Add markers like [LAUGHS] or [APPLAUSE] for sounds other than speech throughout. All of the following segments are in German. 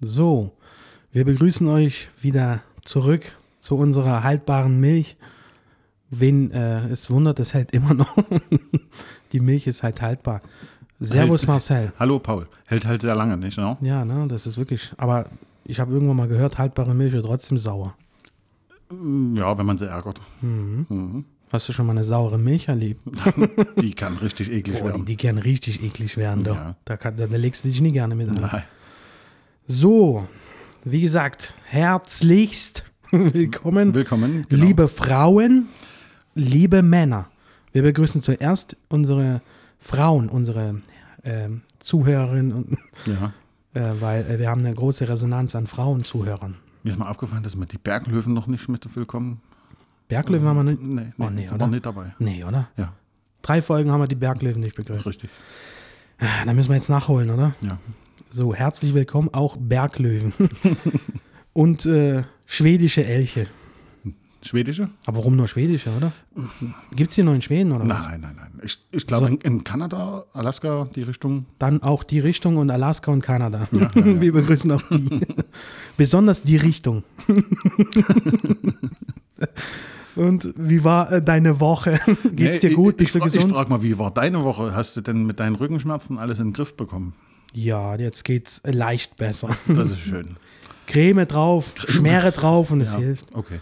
So, wir begrüßen euch wieder zurück zu unserer haltbaren Milch. Wen äh, es wundert, es hält immer noch. [LAUGHS] Die Milch ist halt haltbar. Servus Hält- Marcel. Hallo Paul. Hält halt sehr lange, nicht? Genau. Ja, ne, das ist wirklich. Aber ich habe irgendwann mal gehört, haltbare Milch wird trotzdem sauer. Ja, wenn man sie ärgert. Hast du schon mal eine saure Milch erlebt? Die kann richtig eklig Boah, die, werden. die kann richtig eklig werden, doch. Ja. Da, kann, da legst du dich nie gerne mit an. Nein. So, wie gesagt, herzlichst [LAUGHS] willkommen, Willkommen. genau. liebe Frauen, liebe Männer. Wir begrüßen zuerst unsere Frauen, unsere ähm, Zuhörerinnen, und, Ja. äh, weil äh, wir haben eine große Resonanz an Frauen-Zuhörern. Mir ist mal aufgefallen, dass wir die Berglöwen noch nicht mit willkommen. Berglöwen haben wir nicht. Nee, nee, Oh, nee, da oder? waren nicht dabei. Nee, oder? Ja, Drei Folgen haben wir die Berglöwen nicht begrüßt. richtig. Da müssen wir jetzt nachholen, oder? Ja. So, herzlich willkommen auch Berglöwen [LAUGHS] und äh, schwedische Elche. Schwedische? Aber warum nur schwedische, oder? Gibt es die nur in Schweden, oder? Nein, nein, nein. Ich, ich glaube, in, in Kanada, Alaska, die Richtung. Dann auch die Richtung und Alaska und Kanada. [LAUGHS] Wir begrüßen auch [LAUGHS] die. Besonders die Richtung. und wie war äh, deine Woche? Geht's Nee, dir gut? Ich, Bist ich, du fra- ich gesund? frage mal, wie war deine Woche? Hast du denn mit deinen Rückenschmerzen alles in den Griff bekommen? ja, jetzt geht's äh, leicht besser. Das ist schön. Creme drauf, Schmäre drauf und es Ja, hilft. Okay.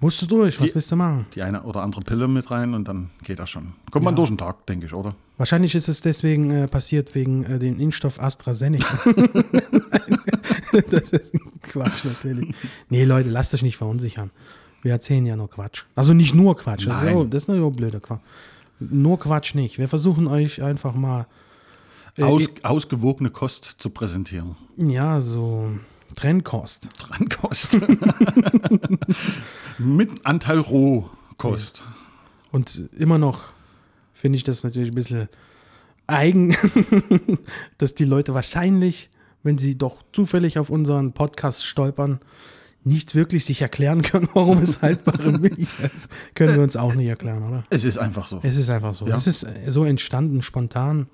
Musst du durch, was Die- willst du machen? Die eine oder andere Pille mit rein und dann geht das schon. Kommt man durch den Tag, denke ich, oder? Wahrscheinlich ist es deswegen äh, passiert, wegen äh, dem Impfstoff [LAUGHS] AstraZeneca. [LAUGHS] das ist Quatsch natürlich. Nee, Leute, lasst euch nicht verunsichern. Wir erzählen ja nur Quatsch. Also nicht nur Quatsch. Das, Ist, Nein. ja, das ist nur blöder Quatsch. Nur Quatsch nicht. Wir versuchen euch einfach mal, äh, Aus, ausgewogene Kost zu [LAUGHS] präsentieren. ja, so Trennkost. Drankost. [LAUGHS] Mit Anteil Rohkost. Und immer noch finde ich das natürlich ein bisschen eigen, [LAUGHS] dass die Leute wahrscheinlich, wenn sie doch zufällig auf unseren Podcast stolpern, nicht wirklich sich erklären können, [LAUGHS] warum es [LAUGHS] haltbare Milch ist. Können wir uns auch nicht erklären, oder? Es ist einfach so. Es ist einfach so. Ja. Es ist äh, so entstanden, spontan.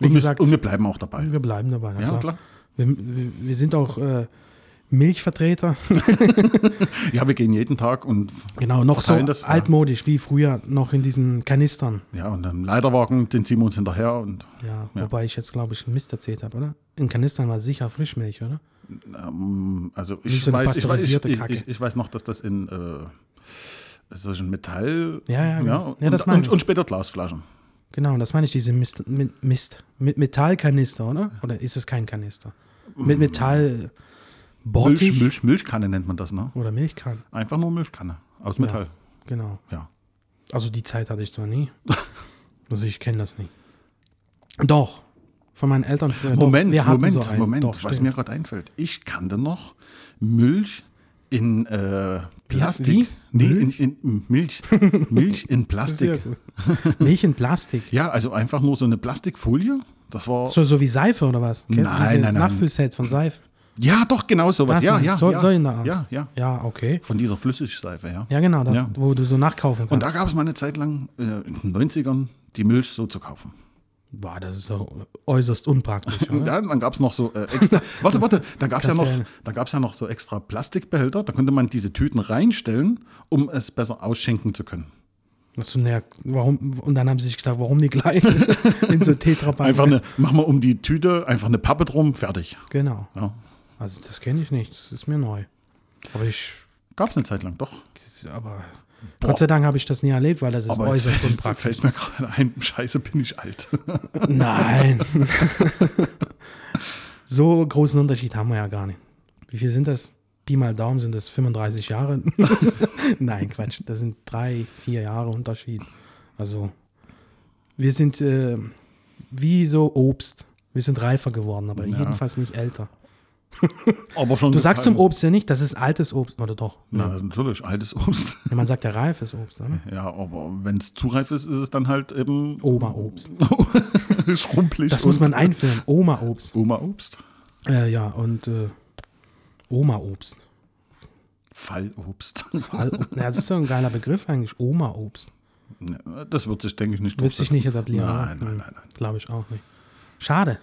Wie Und wir, gesagt, und wir bleiben auch dabei. wir bleiben dabei. na Ja, klar. Wir, wir, wir sind auch äh, Milchvertreter. [LAUGHS] Ja, wir gehen jeden Tag und Genau, noch so Verteilen das, ja. altmodisch wie früher, noch in diesen Kanistern. ja, und dann Leiterwagen, den ziehen wir uns hinterher und Ja, Ja. wobei ich jetzt, glaube ich, Mist erzählt habe, oder? In Kanistern war sicher Frischmilch, oder? ähm, also Nicht ich, so eine weiß, ich, weiß, ich, pasteurisierte ich, Kacke. ich, ich weiß noch, dass das in äh, solchen Metall Ja, ja, genau. ja, Ja, das und, meine ich. und, und später Glasflaschen. Genau, das meine ich, diese Mist, mit Mist, mit Metallkanister, oder? Oder ist es kein Kanister? Mit Metall Mm. Milch, Bottich Milch, Milchkanne nennt man das, ne? oder Milchkanne. Einfach nur Milchkanne aus Metall. Genau. Ja. Also die Zeit hatte ich zwar nie. [LAUGHS] Also ich kenne das nicht. Doch, von meinen Eltern früher. Moment, doch, wir hatten Moment, so einen. Moment, Doch, was stimmt. mir gerade einfällt. Ich kannte noch Milch in äh, wie? Plastik. Nee, Milch? In, in [LAUGHS] Milch. Milch in Sehr Plastik. gut. Milch in Plastik. [LAUGHS] Ja, also einfach nur so eine Plastikfolie. Das war. So, so wie Seife oder was? Kennt ihr Nein, diese nein, nein. Nachfüllsets von Seife. Ja, doch, genau sowas. Das Ja, mein- ja, so, ja. so in der Art. ja, ja. Ja, okay. Von dieser Flüssigseife, ja. Ja, genau, da, Ja. wo du so nachkaufen Und kannst. da gab es mal eine Zeit lang, äh, in den 90ern, die Milch so zu kaufen. Boah, das ist doch äußerst [LAUGHS] unpraktisch. Und Oder? dann, dann gab es noch so äh, [LAUGHS] extra. warte, warte, da gab es ja noch, Kassel. da gab's ja noch so extra Plastikbehälter. Da konnte man diese Tüten reinstellen, um es besser ausschenken zu können. Also, naja, warum, und dann haben sie sich gedacht, warum die [LAUGHS] gleich in so tetra -Pack. Einfach eine, mach mal um die Tüte, einfach eine Pappe drum, fertig. Genau. Ja. Also das kenne ich nicht, das ist mir neu. Aber ich, Gab es eine Zeit lang, doch. aber Gott sei Dank habe ich das nie erlebt, weil das ist Aber jetzt [LAUGHS] äußerst fällt, unpraktisch. fällt mir gerade ein, scheiße, bin ich alt. Nein. [LAUGHS] so großen Unterschied haben wir ja gar nicht. Wie viel sind das? Pi mal Daumen sind das 35 Jahre. [LAUGHS] Nein, Quatsch. Das sind drei, vier Jahre Unterschied. Also wir sind äh, wie so Obst. Wir sind reifer geworden, aber jedenfalls nicht älter. Aber schon Du sagst zum Obst. Obst ja nicht, das ist altes Obst, oder doch? Na, natürlich, altes Obst. [LAUGHS] Ja, man sagt ja reifes Obst, oder? Ja, aber wenn es zu reif ist, ist es dann halt eben Oma-Obst. [LAUGHS] schrumpelig. Oh. Das muss und man einführen. Oma-Obst. Oma-Obst. Äh, ja, und äh, Oma-Obst. Fallobst. [LAUGHS] Al- [LAUGHS] Na, das ist doch ein geiler Begriff eigentlich. Oma-Obst. Ne, Das wird sich, denke ich, nicht Wird sich durchsetzen. nicht etablieren. Hm. Nein, nein, nein. nein. [LAUGHS] Glaube ich auch nicht. Schade.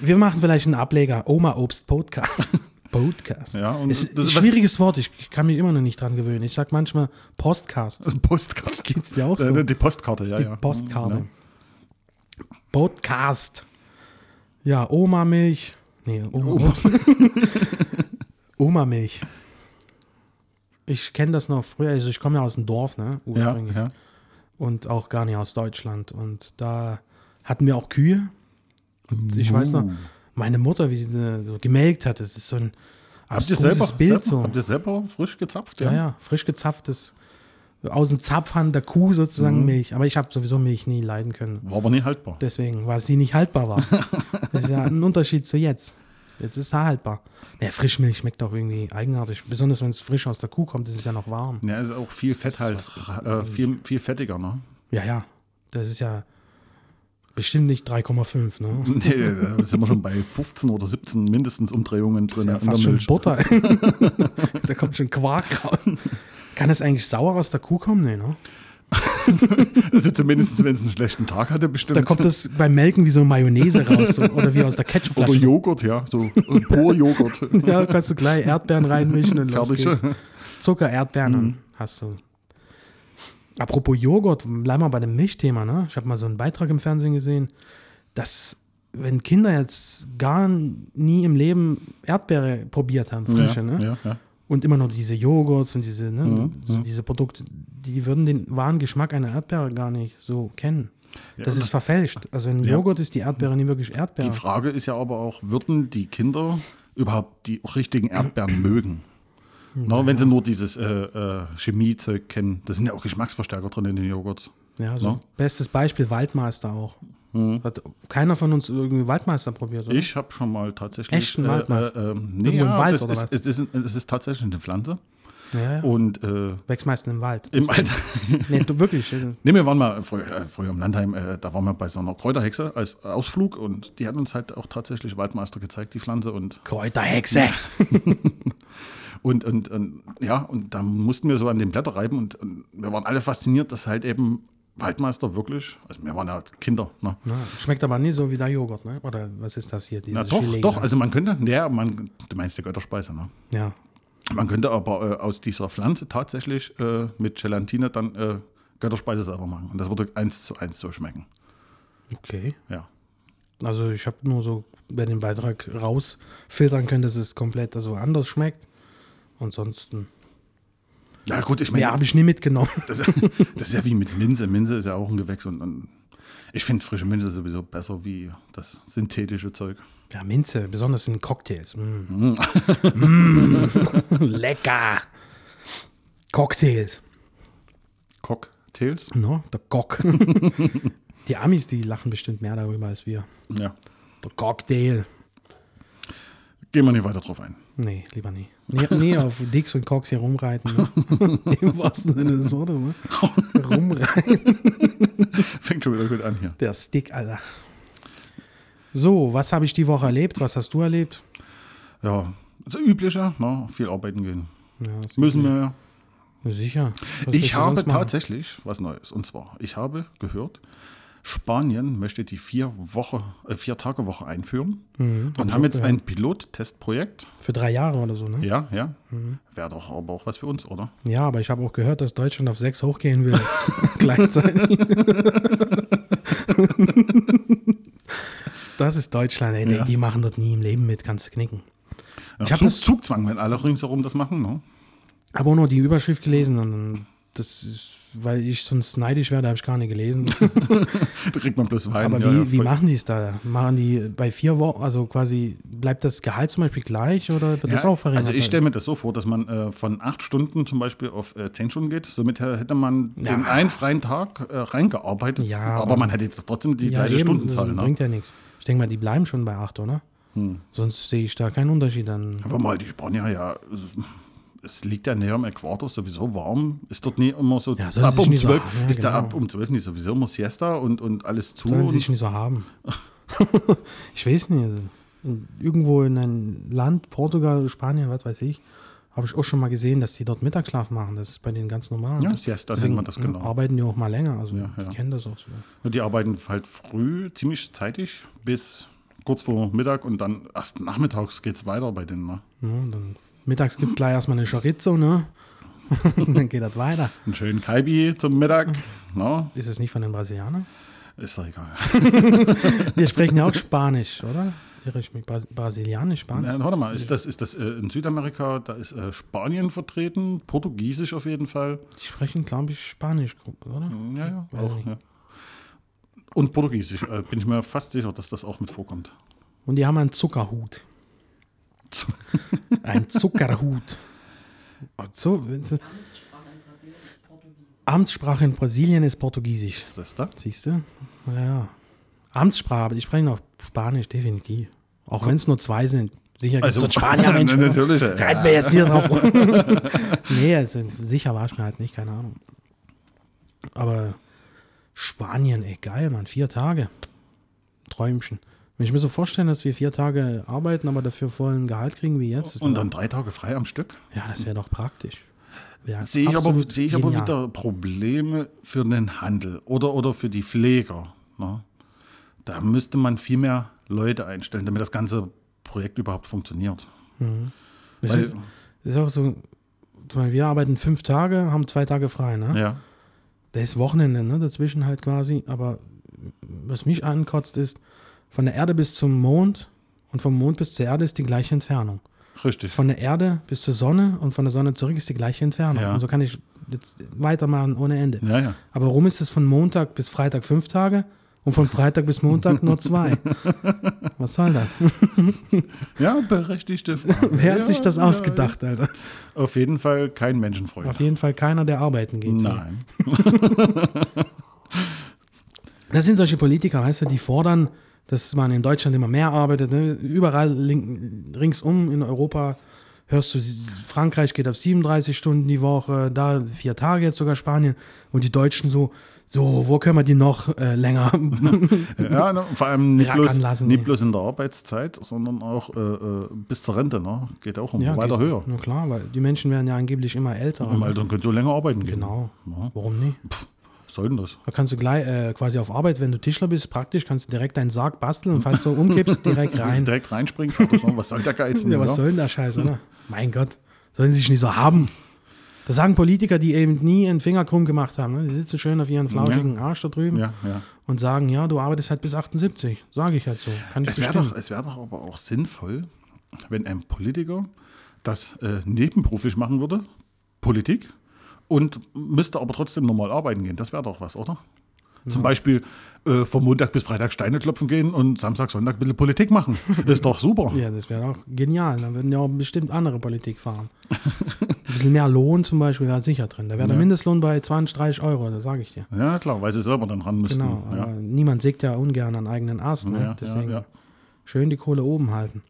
Wir machen vielleicht einen Ableger. Oma Obst [LAUGHS] Podcast. Podcast. Ja, und es ist ein das- was- schwieriges Wort. Ich, ich kann mich immer noch nicht dran gewöhnen. Ich sag manchmal [LAUGHS] Postcast. Postkarte. Geht's dir auch so? Äh, Die Postkarte, ja, Die ja. Postkarte. Ja. Podcast. Ja, Oma Milch. Nee, Oh. Oma. [LAUGHS] Oma Milch. Ich kenne das noch früher, also ich komme ja aus dem Dorf, ne? Ja, ursprünglich. ja. Und auch gar nicht aus Deutschland. Und da hatten wir auch Kühe. Mm. Und ich weiß noch, meine Mutter, wie sie äh, so gemelkt hat, das ist so ein Habt ihr abstruses selber, Bild selber, so. habt ihr selber frisch gezapft? Ja, ja, frisch gezapftes. Aus dem Zapfhahn der Kuh sozusagen Mhm. Milch. Aber ich habe sowieso Milch nie leiden können. War aber nicht haltbar. Deswegen, weil sie nicht haltbar [LAUGHS] war. Das ist ja ein Unterschied zu jetzt. Jetzt ist sie haltbar. Naja, Frischmilch schmeckt doch irgendwie eigenartig. Besonders wenn es frisch aus der Kuh kommt, ist es ja noch warm. Ja, ist auch viel Fett halt, äh, viel, viel fettiger, ne? Ja, ja. Das ist ja bestimmt nicht 3,5, ne? [LAUGHS] Nee, da sind wir schon bei 15 oder 17 mindestens Umdrehungen Das drin ist [LAUGHS] ja in der fast schon Milch. Butter. da kommt schon Quark raus. Kann es eigentlich sauer aus der Kuh kommen? Nee, ne? Also zumindest, wenn es einen schlechten Tag hatte, bestimmt. Da kommt das beim Melken wie so Mayonnaise raus so, oder wie aus der oder Ketchupflasche. Joghurt, ja, so [LAUGHS] äh, pur Joghurt. Ja, kannst du gleich Erdbeeren reinmischen und los Fertig. geht's. Zucker, Erdbeeren Mhm. und hast du. Apropos Joghurt, bleib mal bei dem Milchthema, ne? Ich habe mal so einen Beitrag im Fernsehen gesehen, dass wenn Kinder jetzt gar nie im Leben Erdbeere probiert haben, frische, ja, ne? ja, ja. Und immer nur diese Joghurts und diese, ne, Mhm, so diese Produkte, die würden den wahren Geschmack einer Erdbeere gar nicht so kennen. Ja, das und ist verfälscht. Also in Ja. Joghurt ist die Erdbeere nie wirklich Die Erdbeere. Frage ist ja aber auch, würden die Kinder überhaupt die [CLEARS THROAT] richtigen Erdbeeren mögen? Na, wenn sie nur dieses äh, äh, Chemiezeug kennen, da sind ja auch Geschmacksverstärker drin in den Joghurts. Ja, so Ja. Mhm. bestes Beispiel Waldmeister auch. Hat keiner von uns irgendwie Waldmeister probiert, oder? Ich habe schon mal tatsächlich. Echt ein äh, Waldmais? äh, ähm, nee, Irgendwo im ja, Wald das oder ist, was? Es, ist, ein- es ist tatsächlich eine Pflanze. Ja, ja. Und äh, Wächst meistens im Wald. im Alter. [LAUGHS] Nee, du, wirklich. äh, Nee, wir waren mal früher, äh, früher im Landheim, äh, da waren wir bei so einer Kräuterhexe als Ausflug und die hat uns halt auch tatsächlich Waldmeister gezeigt, die Pflanze. Und, Kräuterhexe. und, und, und ja, und da mussten wir so an den Blätter reiben und, und wir waren alle fasziniert, dass halt eben Waldmeister wirklich, also wir waren ja Kinder, ne? Na, schmeckt aber nie so wie der Joghurt, ne? Oder was ist das hier? Diese Na doch, Gelee, doch, ne? also man könnte, ja, man, du meinst die Götterspeise, ne? ja. Man könnte aber äh, aus dieser Pflanze tatsächlich äh, mit Gelatine dann äh, Götterspeise selber machen. Und das würde eins zu eins so schmecken. Okay. Ja. Also ich habe nur so, wer den Beitrag rausfiltern könnte, dass es komplett also anders schmeckt. Ansonsten. Ja, gut, ich meine, Mehr habe ich nie mitgenommen. [LAUGHS] das, das ist ja wie mit Minze. Minze ist ja auch ein Gewächs und, und ich finde frische Minze sowieso besser wie das synthetische Zeug. Ja, Minze, besonders in Cocktails. Mm. Mhm. Mm. [LAUGHS] Lecker. Cocktails. Cocktails? No, der Cock. [LAUGHS] die Amis, die lachen bestimmt mehr darüber als wir. Ja. Der Cocktail. Gehen wir nicht weiter drauf ein. [LAUGHS] Nee, lieber [LAUGHS] nie. Nee, nee auf Dicks und Cox hier rumreiten. Ne? [LAUGHS] Im wahrsten Sinne des Wortes. Ne? [LAUGHS] Rumreiten. Fängt schon wieder gut an hier. Der Stick, Alter. So, was habe ich die Woche erlebt? Was hast du erlebt? Ja, das Übliche, ne? viel arbeiten gehen. Ja, ist- Müssen wir ja. sicher. Was willst Ich du habe sonst machen? tatsächlich was Neues. Und zwar, ich habe gehört, Spanien möchte die vier Woche, äh, vier Tage Woche einführen Mhm. und Also, haben jetzt ein Pilottestprojekt. Für drei Jahre oder so, ne? Ja, ja. Wäre doch aber auch was für uns, oder? Ja, aber ich habe auch gehört, dass Deutschland auf sechs hochgehen [LAUGHS] will. [LAUGHS] Gleichzeitig. das ist Deutschland, ey. Die, Ja. die machen dort nie im Leben mit, kannst du knicken. Ja, Ich hab Zug, das- Zugzwang, wenn alle ringsherum das machen. Ne? [LAUGHS] habe auch nur die Überschrift gelesen und dann- das ist, weil ich sonst neidisch werde, habe ich gar nicht [LAUGHS] gelesen. Da kriegt man bloß Wein. Aber ja, ja, wie, wie voll. machen die es da? Machen die bei vier Wochen, also quasi bleibt das Gehalt zum Beispiel gleich oder wird das Ja, auch verringert? also ich stelle mir das so vor, dass man äh, von acht Stunden zum Beispiel auf äh, zehn Stunden geht. Somit hä- hätte man den Ja. einen freien Tag äh, reingearbeitet, Ja, aber aber- man hätte trotzdem die ja, gleiche eben, Stundenzahl. das Ne? Hm. Bringt ja nichts. Ich denke mal, die bleiben schon bei acht, oder? Sonst sehe ich da keinen Unterschied dann. Aber mal die Spanier, ja, es liegt ja näher am Äquator, ist sowieso warm, ist dort nie immer so. Ja, sollen ab sie sich um nicht so 12 haben, ja, ist da genau. ab um 12 nicht sowieso immer Siesta und, und alles zu. Sollen sie Und, sich nicht so [LAUGHS] haben. [LAUGHS] ich weiß nicht. Also, in- irgendwo in einem Land, Portugal, Spanien, was weiß ich, habe ich auch schon mal gesehen, dass die dort Mittagsschlaf machen. Das ist bei denen ganz normal. ja, Siesta nennt man das Deswegen, genau. ja, Arbeiten die auch mal länger. Also Ja, ja. ich kenne das auch so. Ja, Die arbeiten halt früh, ziemlich zeitig, bis kurz vor Mittag und dann erst nachmittags geht es weiter bei denen. Ne? Ne? Dann mittags gibt es gleich erstmal eine Chorizo, ne? [LAUGHS] Und dann geht das weiter. Einen schönen Kaibi zum Mittag. [LAUGHS] Ne? Ist es nicht von den Brasilianern? Ist doch egal. [LAUGHS] Wir sprechen ja auch Spanisch, oder? Irre ich mich? Bras Brasilianisch, Spanisch? Ja, warte mal, ist das, ist das äh, in Südamerika, da ist äh, Spanien vertreten, Portugiesisch auf jeden Fall. Die sprechen, glaube ich, Spanisch, oder? Ja, ja, Weiß auch. nicht. Ja. Und Portugiesisch, äh, bin ich mir fast sicher, dass das auch mit vorkommt. Und die haben einen [LAUGHS] Zuckerhut. Zu- Ein Zuckerhut. Ach So, wenn sie- Amtssprache in Brasilien ist Portugiesisch. Amtssprache in Brasilien ist Portugiesisch. Ist das da? Siehst du? Ja. Amtssprache, aber die sprechen auch Spanisch, definitiv. Auch wenn es nur zwei sind. Sicher gibt es also, [LAUGHS] Spanier, Mensch. oder? natürlich. Reiten Ja. wir jetzt hier drauf rum. [LAUGHS] nee, also, sicher war ich mir halt nicht, keine Ahnung. Aber Spanien, ey, geil, Mann. Vier Tage. Träumchen. Wenn ich mir so vorstellen, dass wir vier Tage arbeiten, aber dafür vollen Gehalt kriegen wie jetzt. ist mir Und dann drei Tage frei am Stück. doch- ja, das wäre doch praktisch. Wär Sehe ich, aber, absolut sehe ich aber genial. wieder Probleme für den Handel oder, oder für die Pfleger. Ne? Da müsste man viel mehr Leute einstellen, damit das ganze Projekt überhaupt funktioniert. Das Weil- ist, das ist auch so, zum Beispiel, wir arbeiten fünf Tage, haben zwei Tage frei, ne? Ja. Da ist Wochenende, ne? Dazwischen halt quasi. Aber was mich ankotzt ist, von der Erde bis zum Mond und vom Mond bis zur Erde ist die gleiche Entfernung. Richtig. Von der Erde bis zur Sonne und von der Sonne zurück ist die gleiche Entfernung. Ja. Und so kann ich jetzt weitermachen ohne Ende. ja, ja. Aber warum ist es von Montag bis Freitag fünf Tage und von Freitag bis Montag nur [LAUGHS] zwei? Was soll das? Ja, [LAUGHS] berechtigte Frage. Wer hat ja, sich das ja, ausgedacht, Alter? Ja. Auf jeden Fall kein Menschenfreund. Auf jeden Fall keiner, der arbeiten geht. so. Nein. Das sind solche Politiker, weißt du, die fordern, dass man in Deutschland immer mehr arbeitet. Ne? Überall link, ringsum in Europa hörst du, sie- Frankreich geht auf 37 Stunden die Woche, da vier Tage jetzt sogar Spanien. Und die Deutschen so, so, wo können wir die noch äh, länger? [LAUGHS] Ja, ne, vor allem nicht, Rackern bloß, lassen, nicht nee. bloß in der Arbeitszeit, sondern auch äh, äh, bis zur Rente. Ne? Geht auch um geht- weiter höher. Na klar, weil die Menschen werden ja angeblich immer älter. Im Alter könnt ihr länger arbeiten gehen. Genau. Ja. Warum nicht? Was soll denn das? Da kannst du gleich äh, quasi auf Arbeit, wenn du Tischler bist, praktisch kannst du direkt deinen Sarg basteln und falls du umkippst, direkt rein. Direkt reinspringen? fertig, ne? Was soll der [LAUGHS] Geiz? Ja, was soll denn der Scheiß, oder? mein Gott, sollen sie sich nicht so haben. Das sagen Politiker, die eben nie einen Finger krumm gemacht haben. Ne? Die sitzen schön auf ihren flauschigen Arsch da drüben Ja, ja. und sagen, ja, du arbeitest halt bis 78. Sage ich halt so. Kann ich Es wäre bestimmen. doch, es wär doch aber auch sinnvoll, wenn ein Politiker das äh, nebenberuflich machen würde, Politik, und müsste aber trotzdem normal arbeiten gehen. Das wäre doch was, oder? Zum Beispiel äh, vom Montag bis Freitag Steine klopfen gehen und Samstag, Sonntag ein bisschen [LAUGHS] Politik machen. Das ist doch super. Ja, das wäre doch genial. Dann würden ja auch bestimmt andere Politik fahren. [LAUGHS] Ein bisschen mehr Lohn zum Beispiel wäre sicher drin. Da wäre der Mindestlohn bei 20, 30 Euro, das sage ich dir. Ja, klar, weil sie selber dann ran müssten. Genau, aber ja. niemand sägt ja ungern an eigenen Ast. Ne? Ja, ja, Deswegen ja. schön die Kohle oben halten.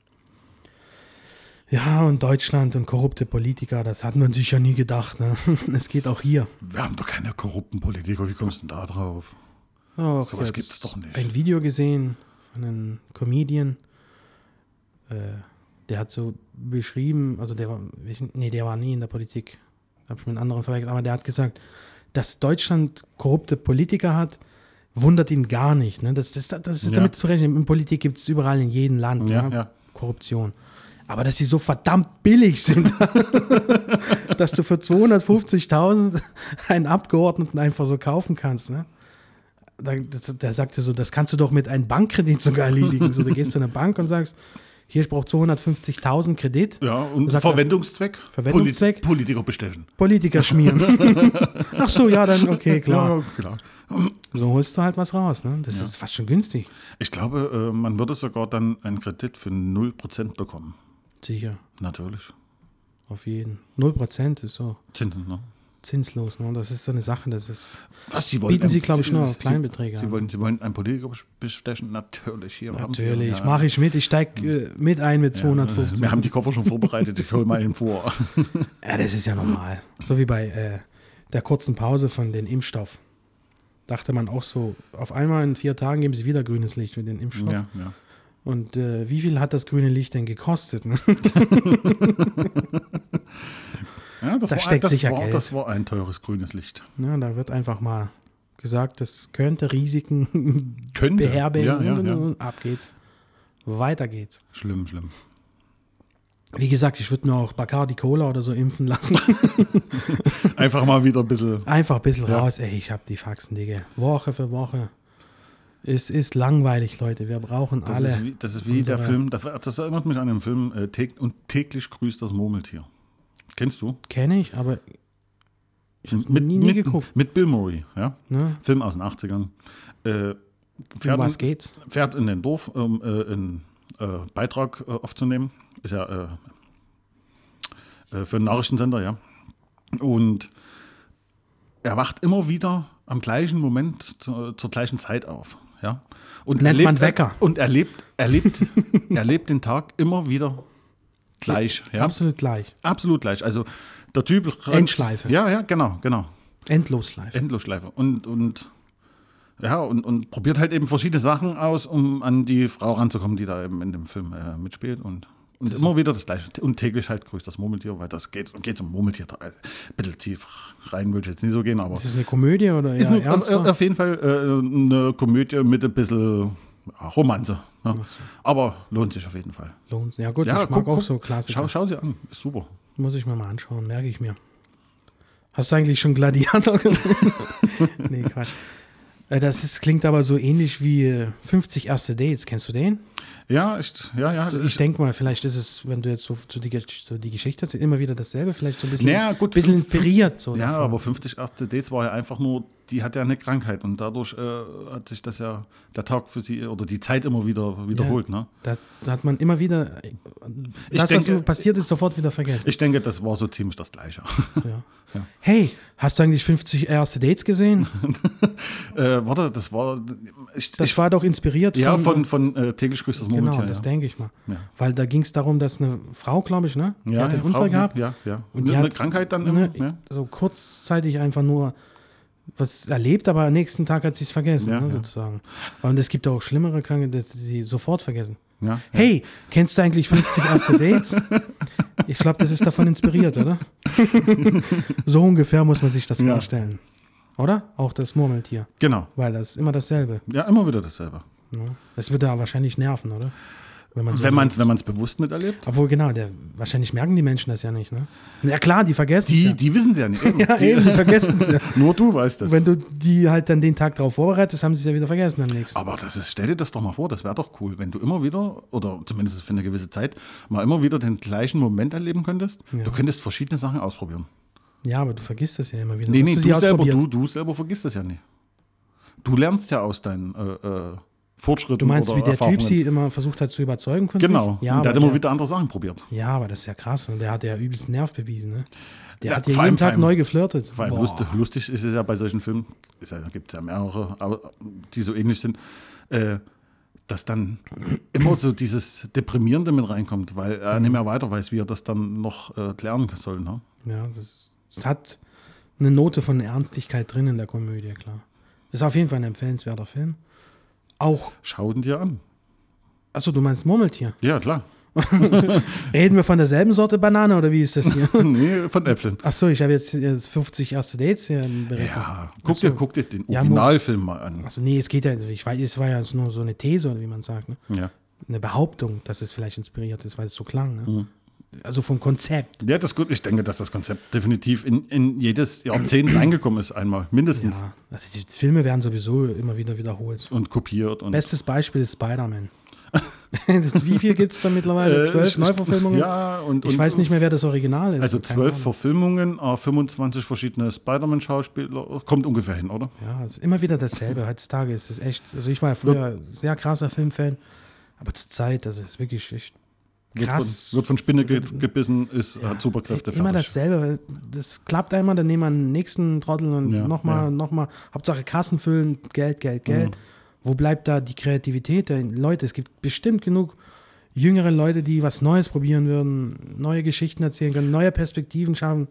Ja, und Deutschland und korrupte Politiker, das hat man sich ja nie gedacht. Ne? [LAUGHS] Es geht auch hier. Wir haben doch keine korrupten Politiker. Wie kommst du denn da drauf? Auch Sowas jetzt gibt's doch nicht. Ein Video gesehen von einem Comedian, äh, der hat so beschrieben, also der war, welchen- nee, der war nie in der Politik, habe ich mit einem anderen verwechselt, aber der hat gesagt, dass Deutschland korrupte Politiker hat, wundert ihn gar nicht. Ne? Das, das, das ist Ja. damit zu rechnen. In Politik gibt es überall in jedem Land Ja, ne? ja. Korruption. Aber dass sie so verdammt billig sind, [LAUGHS] dass du für 250.000 einen Abgeordneten einfach so kaufen kannst. Ne? da, das- der sagte so, das kannst du doch mit einem Bankkredit sogar erledigen. So, du gehst zu einer Bank und sagst, hier, ich brauche 250.000 Kredit, Ja, und Sagt er- Verwendungszweck? Verwendungszweck? Polit- Politiker bestechen. Politiker [LAUGHS] schmieren. Ach so, ja, dann okay, klar. Ja, klar. So holst du halt was raus. Ne? Das ist fast schon günstig. Ich glaube, äh, man würde sogar dann einen Kredit für 0% bekommen. Sicher, Natürlich. auf jeden. 0% ist so Zinsen, ne? zinslos. Ne? Das ist so eine Sache, das ist... Was, Sie Bieten Sie, glaube ich, Sie- nur auf Sie- Kleinbeträge Sie an. wollen, Sie wollen einen Politiker bes- bestechen? Natürlich. Hier haben Sie- Natürlich, ja. mache ich mit, ich steige äh, mit ein mit Äh, 250. Wir haben die Koffer schon vorbereitet, ich hole mal einen vor. Ja, das ist ja normal. So wie bei äh, der kurzen Pause von den Impfstoff. Dachte man auch so, auf einmal in vier Tagen geben sie wieder grünes Licht für den Impfstoff. [LAUGHS] ja, ja. Und äh, wie viel hat das grüne Licht denn gekostet? Ne? [LAUGHS] ja das Da war, ein- steckt das, sicher war, Geld. das war ein teures grünes Licht. Na, da wird einfach mal gesagt, das könnte Risiken [LAUGHS] Können beherbergen. Ja, ja, ja. Ab geht's. Weiter geht's. Schlimm, schlimm. Wie gesagt, ich würde mir auch Bacardi Cola oder so impfen lassen. [LAUGHS] Einfach mal wieder ein bisschen. Einfach ein bisschen Ja. raus. Ey, ich hab die Faxen, Digga. Woche für Woche. Es ist langweilig, Leute. Wir brauchen Das alle. ist wie, das ist wie der unsere- Film, das, das erinnert mich an den Film äh, täg und täglich grüßt das Murmeltier. Kennst du? Kenne ich, aber ich hab's Mit, nie, nie mit, geguckt. mit Bill Murray, ja. Ne? Film aus den 80ern. Äh, Um was fährt, in, geht's? fährt in den Dorf, um äh, einen äh, Beitrag äh, aufzunehmen. Ist ja äh, äh, für einen Nachrichtensender, ja. Und er wacht immer wieder am gleichen Moment zu, zur gleichen Zeit auf. Ja? Und Nennt er man lebt- Wecker. Und er lebt, er lebt, [LAUGHS] er lebt den Tag immer wieder gleich. Ja? Absolut gleich. Absolut gleich. Also der Typ. rennt- Endschleife. Ja, ja, genau, genau. Endlosschleife. Endlosschleife. Und, und ja, und, und probiert halt eben verschiedene Sachen aus, um an die Frau ranzukommen, die da eben in dem Film äh, mitspielt. Und, und immer wieder das gleiche. Und täglich halt grüßt das Murmeltier, weil das geht, geht zum Murmeltier. Da, also, ein bisschen tief rein will ich jetzt nicht so gehen, aber Ist es eine Komödie oder ist eher ein, ernster? auf, auf jeden Fall äh, eine Komödie mit ein bisschen ja, Romanze. Ne? Aber lohnt sich auf jeden Fall. Lohnt. Ja gut, äh, Ja, ich mag guck, auch guck. so Klassiker. Schau, schau sie an, ist super. Muss ich mir mal anschauen, merke ich mir. Hast du eigentlich schon Gladiator [LAUGHS] genommen? nee, Quatsch. Äh, Das ist, klingt aber so ähnlich wie äh, 50 erste Dates. Kennst du den? Ja, ist, ja, ja. Also ich denke mal, vielleicht ist es, wenn du jetzt so, so, die, Gesch- so die Geschichte erzählst, immer wieder dasselbe, vielleicht so ein bisschen, Naja, gut, bisschen fünf- fünf- inspiriert. So Ja, davon. aber 50 erste Dates war ja einfach nur, die hatte ja eine Krankheit und dadurch äh, hat sich das ja der Tag für sie oder die Zeit immer wieder wiederholt. Ne? Da, da hat man immer wieder, äh, Ich das, was denke- mir passiert ist, sofort wieder vergessen. Ich denke, das war so ziemlich das Gleiche. [LAUGHS] ja. Hey, hast du eigentlich 50 erste Dates gesehen? äh, warte, das war. Ich, Das ich, war doch inspiriert ja, von, von äh, täglich grüßt das Genau, Murmeltier. das ja. denke ich mal. Ja. Weil da ging es darum, dass eine Frau, glaube ich, ne? Die ja, hat einen ja, Unfall Frau- gehabt. Ja, ja. Und Und die eine hat- Krankheit dann immer. Ne, ja. So kurzzeitig einfach nur was erlebt, aber am nächsten Tag hat sie es vergessen, Ja, ne, ja. sozusagen. Und es gibt auch schlimmere Krankheiten, dass sie sie sofort vergessen. Ja, Hey, kennst du eigentlich 50 erste Dates? Ich glaube, das ist davon inspiriert, [LAUGHS] oder? so ungefähr muss man sich das Ja. vorstellen. Oder? Auch das Murmeltier. Genau. Weil das ist immer dasselbe. Ja, immer wieder dasselbe. Ne? Das würde da wahrscheinlich nerven, oder? Wenn man so Wenn man es wenn man's bewusst miterlebt, Obwohl, genau, der, wahrscheinlich merken die Menschen das ja nicht, ne? Ja klar, die vergessen es die, ja. die wissen es ja nicht. [LAUGHS] Eben. ja, eben, die vergessen es ja. Nur du weißt es. Wenn du die halt dann den Tag darauf vorbereitest, haben sie es ja wieder vergessen am nächsten. Aber das ist, stell dir das doch mal vor, das wäre doch cool, wenn du immer wieder, oder zumindest für eine gewisse Zeit, mal immer wieder den gleichen Moment erleben könntest. Du könntest verschiedene Sachen ausprobieren. Ja, aber du vergisst das ja immer wieder. Nee, Hast nee, du du, sie selber, ausprobiert? du, du selber vergisst das ja nicht. Du lernst ja aus deinen äh, äh, Fortschritten. Du meinst, oder wie der Erfahrungen. Typ sie immer versucht hat zu überzeugen konnte? Genau. Ja, Und der aber hat immer wieder andere Sachen probiert. ja, aber das ist ja krass. Ne? Der hat ja übelst Nerv bewiesen, ne? Der Ja, hat ja vor jeden allem- vor Tag allem- neu geflirtet. Vor allem Boah. lustig, lustig ist es ja bei solchen Filmen, ist ja, da gibt es ja mehrere, aber die so ähnlich sind, äh, dass dann immer so dieses Deprimierende mit reinkommt, weil er nicht mehr weiter weiß, wie er das dann noch äh, klären soll. Ne? Ja, das, das hat eine Note von Ernstigkeit drin in der Komödie, klar. Ist auf jeden Fall ein empfehlenswerter Film. Auch, Schau ihn dir an. achso, du meinst Murmeltier. Ja, klar. Reden wir von derselben Sorte Banane oder wie ist das [LAUGHS] hier? [LAUGHS] nee, von Äpfeln. Achso, ich habe jetzt, jetzt 50 erste Dates hier im Bericht. Ja, guck dir, guck dir den Ja, Originalfilm mal an. Achso, nee, es geht ja, also ich weiß, es war ja nur so eine These oder wie man sagt, ne? Ja. eine Behauptung, dass es vielleicht inspiriert ist, weil es so klang. Ne? Mhm. Also vom Konzept. ja, das ist gut. Ich denke, dass das Konzept definitiv in, in jedes Jahrzehnt reingekommen ist, einmal mindestens. Ja, also die Filme werden sowieso immer wieder wiederholt. Und kopiert. Und, Bestes Beispiel ist Spider-Man. [LAUGHS] Das- wie viel gibt es da mittlerweile? Äh, Zwölf ich- Neuverfilmungen? Ja, und, ich und, weiß nicht mehr, wer das Original ist. Also Keine zwölf Ahnung. Verfilmungen, äh, 25 verschiedene Spider-Man-Schauspieler, kommt ungefähr hin, oder? Ja, es ist immer wieder dasselbe. Heutzutage ist es echt. Also ich war ja früher sehr krasser Filmfan, aber zur Zeit, also ist wirklich echt krass. Wird von, wird von Spinne ge gebissen, ist, hat Superkräfte, immer fertig. dasselbe. Das klappt einmal, dann nehmen wir einen nächsten Trottel und Ja, nochmal, ja. Mhm. nochmal. Hauptsache Kassen füllen, Geld, Geld, Geld. Wo bleibt da die Kreativität der Leute? Es gibt bestimmt genug jüngere Leute, die was Neues probieren würden, neue Geschichten erzählen können, neue Perspektiven schaffen.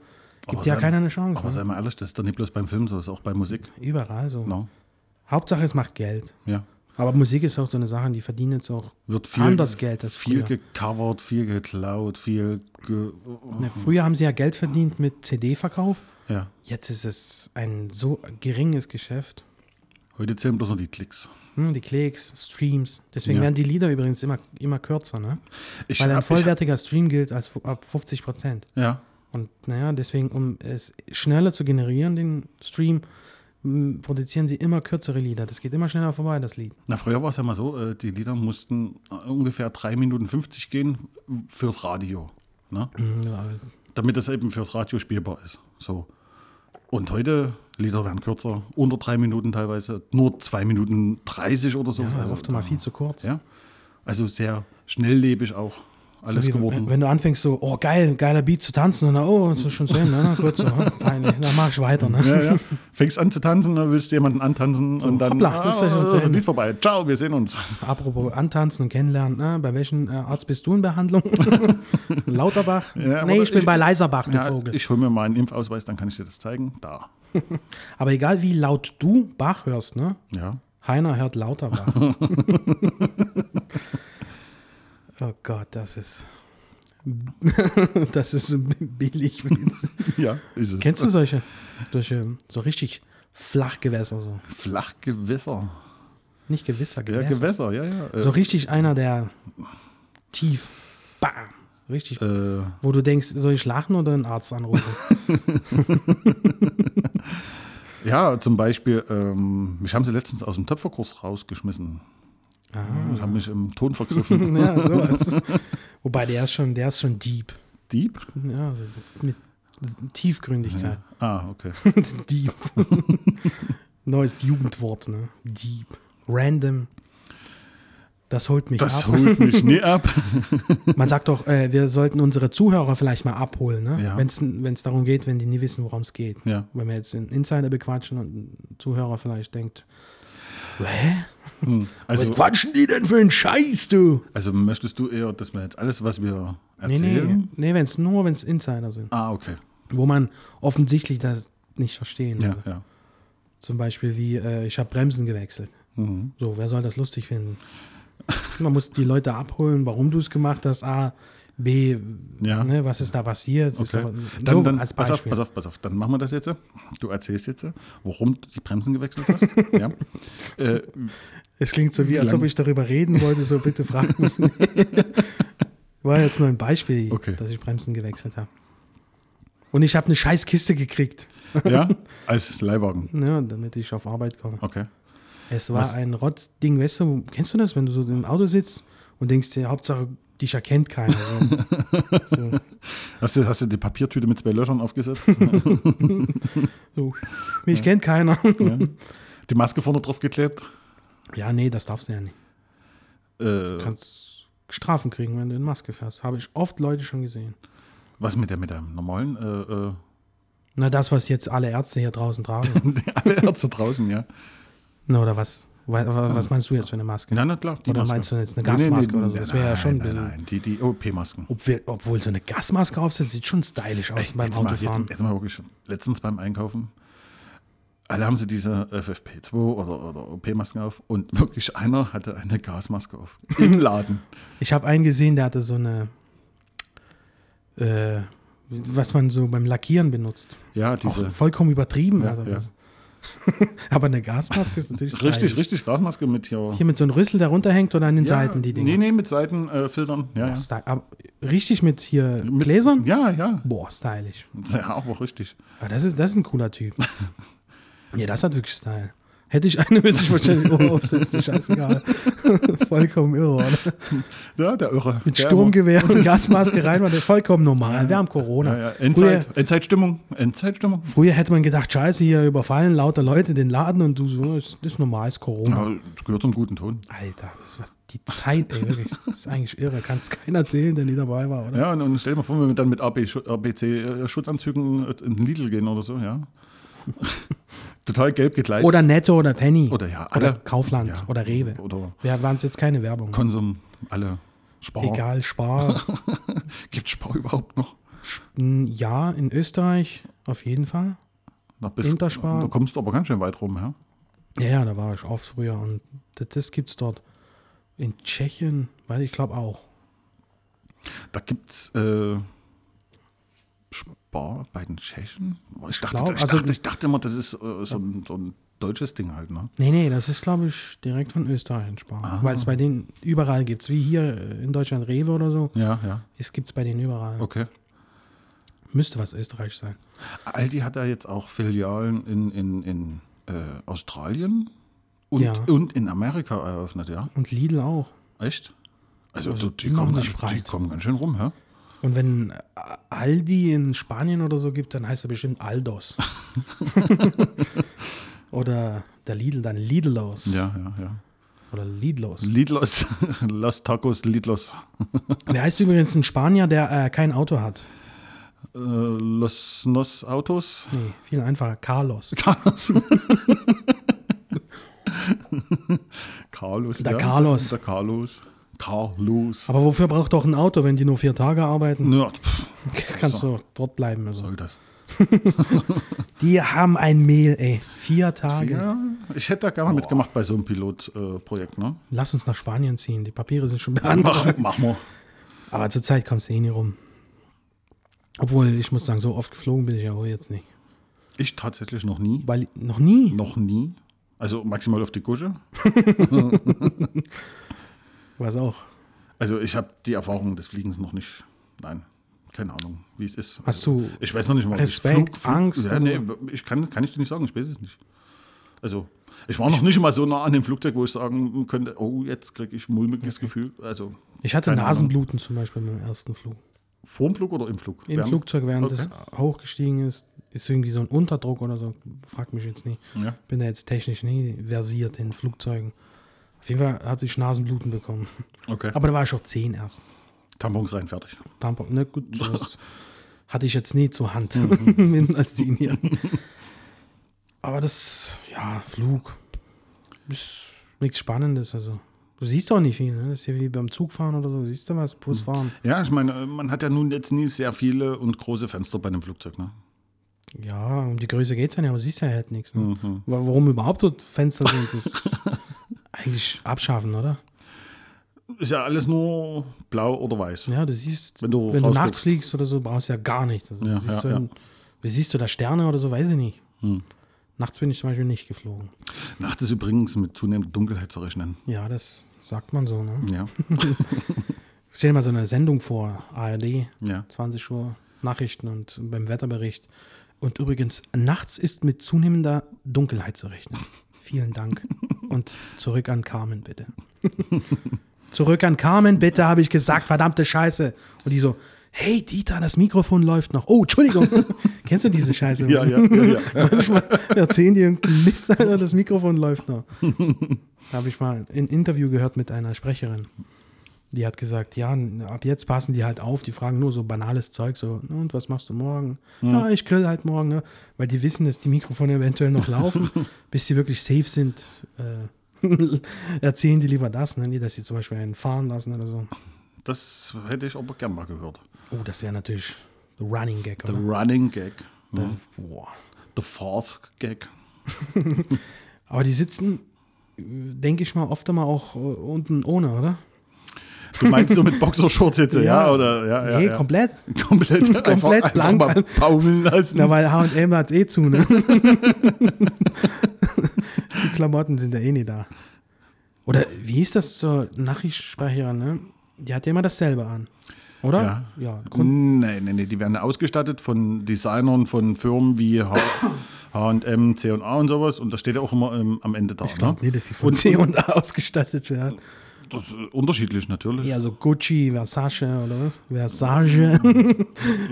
Gibt Aber ja sei- keiner eine Chance. Aber sei Ne? mal ehrlich, das ist doch nicht bloß beim Film so, ist auch bei Musik. Überall so. No? Hauptsache es macht Geld. Ja. Aber Musik ist auch so eine Sache, die verdienen jetzt auch Wird viel, anders Geld als viel früher. gecovert, viel geklaut, viel. Ge Mhm. Ne, früher haben sie ja Geld verdient mit CD-Verkauf. ja. Jetzt ist es ein so geringes Geschäft. Heute zählen bloß noch die Klicks. Hm, die Klicks, Streams. Deswegen Ja. werden die Lieder übrigens immer, immer kürzer, ne? Ich Weil ein hab- vollwertiger Stream gilt als fu- ab 50 Prozent. Ich, ja, Und naja, deswegen, um es schneller zu generieren, den Stream, m, produzieren sie immer kürzere Lieder. Das geht immer schneller vorbei, das Lied. Na, früher war es ja mal so, äh, die Lieder mussten äh, ungefähr 3 Minuten 50 gehen fürs Radio. Ne? Mhm, Damit das eben fürs Radio spielbar ist. So. Und heute, Lieder werden kürzer, unter 3 Minuten teilweise, nur 2 Minuten 30 oder so. Ja, also oft immer viel zu kurz. ah, Ja. Also sehr schnelllebig auch alles Wie, geworden. wenn, wenn du anfängst so, oh geil, geiler Beat zu tanzen und dann, oh, das ist schon zu Ende, ne? [LAUGHS] Kurz so, hm, peinlich, dann mach ich weiter, ne? Ja, ja. Fängst an zu tanzen, dann willst du jemanden antanzen und dann ah, hoppla, das ist ja schon zu Ende. [LAUGHS] Lied vorbei. Ciao, wir sehen uns. Apropos antanzen und kennenlernen, ne? bei welchem äh, Arzt bist du in Behandlung? [LAUGHS] Lauterbach? Ja, nee, aber ich bin ich- bei Leiserbach, du Ja, Vogel. ich hole mir meinen Impfausweis, dann kann ich dir das zeigen. Da. Aber egal wie laut du Bach hörst, ne? [LAUGHS] Ja. Heiner hört Lauterbach. oh Gott, das ist. [LAUGHS] das ist so billig. Witz. [LAUGHS] Ja, ist es. Kennst du solche, solche, so richtig Flachgewässer, so. Flachgewässer. Nicht Gewisser, Ja, Gewässer. Gewässer, ja, ja. Äh, So richtig einer, der tief, bam, richtig, äh, wo du denkst, soll ich lachen oder einen Arzt anrufen? [LAUGHS] ja, zum Beispiel, ähm, mich haben sie letztens aus dem Töpferkurs rausgeschmissen. Ah. Haben mich im [LAUGHS] Ton vergriffen. ja, sowas. Wobei, der ist schon, der ist schon deep. Dieb? Ja, also mit Tiefgründigkeit. Ah, okay. [LAUGHS] Dieb. [LAUGHS] Neues Jugendwort, ne? Dieb. Random. Das holt mich Das ab. holt mich [LAUGHS] nie ab. Man sagt doch, äh, wir sollten unsere Zuhörer vielleicht mal abholen, ne? Ja. Wenn es darum geht, wenn die nie wissen, worum es geht. Ja. Wenn wir jetzt einen Insider bequatschen und ein Zuhörer vielleicht denkt, hä? Was Also, quatschen die denn für einen Scheiß, du? also möchtest du eher, dass wir jetzt alles, was wir Nee, nee, erzählen? nee wenn es nur, wenn es Insider sind, Ah, okay. wo man offensichtlich das nicht verstehen Ja, würde. ja. Zum Beispiel wie, äh, ich habe Bremsen gewechselt. Mhm. So, wer soll das lustig finden? Man muss die Leute abholen, warum du es gemacht hast. A, B, Ja. ne, was ist da passiert? Ist Okay. aber- Dann, so, dann, als pass auf, Beispiel. pass auf, pass auf. Dann machen wir das jetzt. Du erzählst jetzt, warum du die Bremsen gewechselt hast. [LAUGHS] ja. äh, Es klingt so wie, als Lang- ob ich darüber reden wollte, so bitte frag mich [LAUGHS] nicht. War jetzt nur ein Beispiel, Okay. dass ich Bremsen gewechselt habe. Und ich habe eine scheiß Kiste gekriegt, ja, als Leihwagen. ne, damit ich auf Arbeit komme. Okay. Es war Was- ein Rotzding, weißt du, kennst du das, wenn du so im Auto sitzt und denkst dir, Hauptsache, dich erkennt keiner. [LAUGHS] So. so, Hast du, hast du die Papiertüte mit zwei Löchern aufgesetzt? so. Mich kennt [LAUGHS] keiner. ja. [LAUGHS] Die Maske vorne drauf geklebt? Ja, nee, das darfst du ja nicht. Du Äh, kannst Strafen kriegen, wenn du in Maske fährst. Habe ich oft Leute schon gesehen. was mit der mit deinem normalen? Äh, [LAUGHS] äh, Na, das, was jetzt alle Ärzte hier draußen tragen. [LAUGHS] die alle Ärzte draußen, ja. Na, oder was? Wa- wa- Was meinst du jetzt für eine Maske? Na, na klar. Die Oder meinst du jetzt eine Gasmaske oder so? Das wäre ja schon ein Nein, bisschen- nein, nein. Die, die OP-Masken. Ob wir, obwohl so eine Gasmaske aufsetzt, sieht schon stylisch aus beim jetzt, mal, Autofahren. jetzt, jetzt mal wirklich, letztens beim Einkaufen, alle haben sie diese FFP2 oder, oder OP-Masken auf und wirklich einer hatte eine [LAUGHS] Gasmaske auf. Im Laden. Ich habe einen gesehen, der hatte so eine, äh, was man so beim Lackieren benutzt. Ja, Auch diese. vollkommen übertrieben. Ja, also ja. das. [LAUGHS] Aber eine Gasmaske ist natürlich Richtig, stylisch. richtig, Gasmaske mit hier. Hier mit so einem Rüssel, der runterhängt oder an den Ja, Seiten die Dinger. Nee, nee, mit Seitenfiltern. ja, ja. Sty- aber ah, richtig mit hier Gläsern? Ja, ja. Boah, stylisch. [LAUGHS] Ja, aber richtig. Ja, das, ist, das ist ein cooler [LAUGHS] Typ. ja, das hat wirklich Style. Hätte ich eine, würde ich wahrscheinlich auch aufsetzen. Scheißegal. [LAUGHS] vollkommen irre, oder? Ja, der Irre. Mit der Sturmgewehr und Gasmaske rein, war das vollkommen normal. Wir haben Irre. Corona. Ja, ja. Früher, Endzeit, Endzeitstimmung. Endzeitstimmung. früher hätte man gedacht, scheiße, hier überfallen lauter Leute den Laden und du so, das ist normal, ist Corona. Ja, das gehört zum guten Ton. Alter, das war die Zeit, ey, wirklich. Das ist eigentlich irre. Kann es keiner erzählen, der nie dabei war, oder? Ja, und, und stell dir mal vor, wenn wir dann mit AB, Schu- ABC-Schutzanzügen äh, in den Lidl gehen oder so, ja. [LAUGHS] Total gelb gekleidet. Oder Netto oder Penny. Oder ja, Oder alle. Kaufland Ja. oder Rewe. Oder Ja, waren es jetzt keine Werbung. Konsum, alle. Spar. Egal, Spar. [LAUGHS] Gibt Spar überhaupt noch? Hm, Ja, in Österreich auf jeden Fall. Na, bis, Interspar. Da kommst du aber ganz schön weit rum, ja. Ja, ja, da war ich oft früher und das, das gibt es dort. In Tschechien, weil ich glaube auch. Da gibt's äh, Spar bei den Tschechen? Ich dachte, glaub, ich, also- dachte, ich dachte immer, das ist äh, so, ein, so ein deutsches Ding halt, ne? Nee, nee, das ist, glaube ich, direkt von Österreich in Ah. Spanien. Weil es bei denen überall gibt. Wie hier äh, in Deutschland Rewe oder so. Ja, ja. Es gibt es bei denen überall. Okay. Müsste was Österreich sein. Aldi hat ja jetzt auch Filialen in, in, in äh, Australien und, Ja. und in Amerika eröffnet, ja. Und Lidl auch. Echt? Also, die, die machen kommen sich ganz, die breit. kommen ganz schön rum, hä? Und wenn äh, Aldi in Spanien oder so gibt, dann heißt er bestimmt Aldos. oder der Lidl dann Lidlos. Ja, ja, ja. Oder Lidlos. Lidlos, [LAUGHS] Los Tacos, Lidlos, Wer heißt übrigens ein Spanier, der äh, kein Auto hat? äh, Los [LAUGHS] Nos Autos. Nee, viel einfacher. Carlos. Carlos. Carlos. Der Carlos. Der Carlos. Carlos. Aber wofür braucht doch ein Auto, wenn die nur vier Tage arbeiten? Ja, pff, [LAUGHS] Kannst du dort bleiben. Also. soll das. Die haben ein Mehl, ey. Vier Tage. Ja, ich hätte da gerne mal mitgemacht bei so einem Pilotprojekt, äh, [LAUGHS] Projekt, ne? Lass uns nach Spanien ziehen. Die Papiere sind schon Mach, [LAUGHS] beantragt. mach mal. Aber zurzeit kommst du eh nie rum. Obwohl, ich muss sagen, so oft geflogen bin ich ja wohl jetzt nicht. Ich tatsächlich noch nie. Weil noch nie. Noch nie. Also maximal auf die Kusche. Was auch. Also ich habe die Erfahrung des Fliegens noch nicht. Nein, keine Ahnung, wie es ist. Hast also, du Ich weiß noch nicht mal. ob ich Respekt, Angst Ja, nee, ich kann, kann ich dir nicht sagen. Ich weiß es nicht. Also ich war noch nicht mal so nah an dem Flugzeug, wo ich sagen könnte, oh, jetzt kriege ich ein mulmiges Gefühl. Also Ich hatte Keine Ahnung. Nasenbluten zum Beispiel beim ersten Flug. vorm Flug oder im Flug? Im Während- Flugzeug, während Okay. es hochgestiegen ist, ist irgendwie so ein Unterdruck oder so. Frag mich jetzt nicht. Ja. Bin da jetzt technisch nie versiert in Flugzeugen. Auf jeden Fall hatte ich Nasenbluten bekommen. Okay. Aber da war ich auch zehn erst. Tampons rein, fertig. Tampon, ne, [LAUGHS] gut, sowas hatte ich jetzt nie zur Hand. Mhm. [LAUGHS] Mindestens als Zehnjährigen. Aber das, ja, Flug, ist nichts Spannendes. Also, du siehst auch nicht viel. Ne? Das ist ja wie beim Zugfahren oder so. Siehst du was? Busfahren. Ja, ich meine, man hat ja nun jetzt nie sehr viele und große Fenster bei einem Flugzeug. Ne? Ja, um die Größe geht es ja nicht, aber siehst ja halt nichts. Ne? Mhm. Wa- Warum überhaupt dort Fenster sind, ist [LAUGHS] eigentlich abschaffen, oder? Ist ja alles nur blau oder weiß. Ja, du siehst, Wenn wenn du du, wenn du rausguckst. nachts fliegst oder so, brauchst du ja gar nichts. Also, Ja, siehst ja, Hm. du ein- Wie siehst du da Sterne oder so, weiß ich nicht. Nachts bin ich zum Beispiel nicht geflogen. Nachts ist übrigens mit zunehmender Dunkelheit zu rechnen. Ja, das sagt man so. Ne? [LAUGHS] Ja, Stell dir mal so eine Sendung vor, ARD, ja. 20 Uhr, Nachrichten und beim Wetterbericht. Und übrigens, nachts ist mit zunehmender Dunkelheit zu [LAUGHS] rechnen. Vielen Dank. Und zurück an Carmen, bitte. [LAUGHS] zurück an Carmen, bitte, habe ich gesagt, verdammte Scheiße. Und die so, hey Dieter, das Mikrofon läuft noch. Oh, Entschuldigung. [LAUGHS] Kennst du diese Scheiße? Ja, ja, ja, ja. Manchmal erzählen die irgendeinen Mist, Alter, das Mikrofon läuft noch. Habe ich mal ein Interview gehört mit einer Sprecherin. Die hat gesagt, ja, ab jetzt passen die halt auf, die fragen nur so banales Zeug, so, und was machst du morgen? Ja, ich grill halt morgen, ne? Weil die wissen, dass die Mikrofone eventuell noch laufen, bis sie wirklich safe sind. Äh, [LAUGHS] erzählen die lieber das, ne? Nee, dass sie zum Beispiel einen fahren lassen oder so. Das hätte ich aber gern mal gehört. Oh, das wäre natürlich the Running Gag, The oder? Running Gag. Ja. Boah. The Fourth Gag. Aber die sitzen, denke ich mal, oft immer auch äh, unten ohne, oder? Du meinst so mit Boxershorts jetzt, ja? [LAUGHS] Ja. Oder, ja, Ah, ja, nee, ja. komplett. [LAUGHS] komplett, einfach, [LAUGHS] komplett einfach blank. mal baumeln lassen. Na, weil H&M hat eh zu, ne? [LAUGHS] Die Klamotten sind ja eh nie da. Oder wie ist das zur Nachrichtensprecherin, ne? Die hat ja immer dasselbe an, oder? ja. Ja. Grund Nein, nein, nein, die werden ausgestattet von Designern von Firmen wie H- H&M, C&A und sowas und das steht ja auch immer ähm, am Ende da. ja. Nee, ne? dass die [LAUGHS] von C&A ausgestattet werden. Das ist unterschiedlich natürlich. Ja, so Gucci, Versace oder was? Mhm. Versace.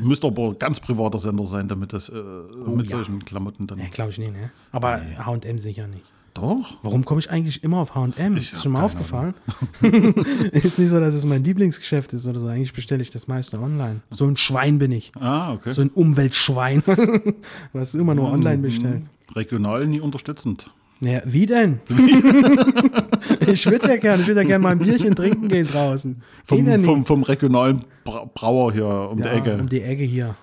Müsste aber ein ganz privater Sender sein, damit das äh, mit Oh ja. solchen Klamotten dann... ja, glaube ich nicht, ne? Aber H&M sicher nicht. Doch. Warum komme ich eigentlich immer auf H&M? Ich Ist hab schon mal keine aufgefallen. [LAUGHS] ist nicht so, dass es mein Lieblingsgeschäft ist oder so. Eigentlich bestelle ich das meiste online. So ein Schwein bin ich. Ah, okay. So ein Umweltschwein, [LAUGHS] was immer Mm. nur online bestellt. Regional nie unterstützend. Naja, wie denn? [LAUGHS] ich würde ja gerne, ich würde ja gerne mal ein Bierchen trinken gehen draußen. wie Vom, denn vom, nicht? vom regionalen Bra Brauer hier um die ja, Ecke. Mhm. Um die Ecke hier.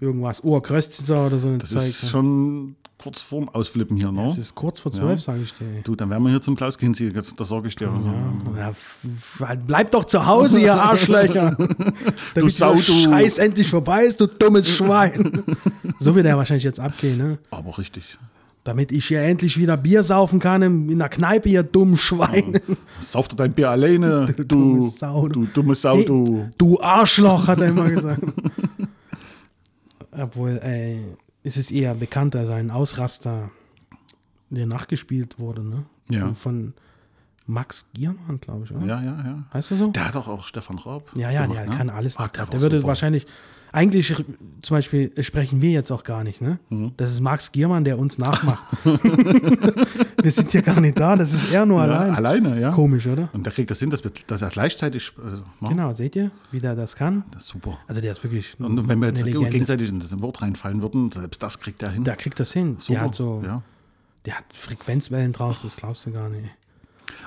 Irgendwas. Oh, Kröstitzer oder so ein das Zeug. ist schon kurz vorm Ausflippen hier, ne? es ist kurz vor zwölf, sage ich dir. ey. du, dann werden wir hier zum Klaus hinziehen, das das sag ich dir. Ähm, Ja, f- f- halt, bleib doch zu Hause, [LAUGHS] ihr Arschlöcher. Damit Sau, dieser du. Scheiß [LAUGHS] endlich vorbei ist, du dummes Schwein. so wird er wahrscheinlich jetzt abgehen, ne? Aber richtig. Damit ich hier endlich wieder Bier saufen kann in, in der Kneipe, ihr dummen Schwein. [LAUGHS] Sauf dir dein Bier alleine, du, dumme Sau, du. du dumme Sau, Nee, du. du Arschloch, hat er immer gesagt. [LAUGHS] Obwohl, ey, es ist eher bekannt, dass ein Ausraster, der nachgespielt wurde, ne? Ja. Von Max Giermann, glaube ich, oder? Ja, ja, ja. Heißt er so? Der hat doch auch Stefan Raab. Ja, ja, gemacht, der kann alles. Ah, der der war würde super. wahrscheinlich, eigentlich r- zum Beispiel äh, sprechen wir jetzt auch gar nicht, ne? Mhm. Das ist Max Giermann, der uns [LAUGHS] nachmacht. [LAUGHS] wir sind ja gar nicht da, das ist er nur ja, allein. Alleine, ja. Komisch, oder? Und der kriegt das hin, dass, wir, dass er gleichzeitig äh, macht. Genau, seht ihr, wie der das kann? Das ist super. Also der ist wirklich Und wenn wir jetzt eine Legende. gegenseitig in das Wort reinfallen würden, selbst das kriegt er hin. Da kriegt das hin. super. Der hat so, ja. der hat Frequenzwellen draus, das glaubst du gar nicht.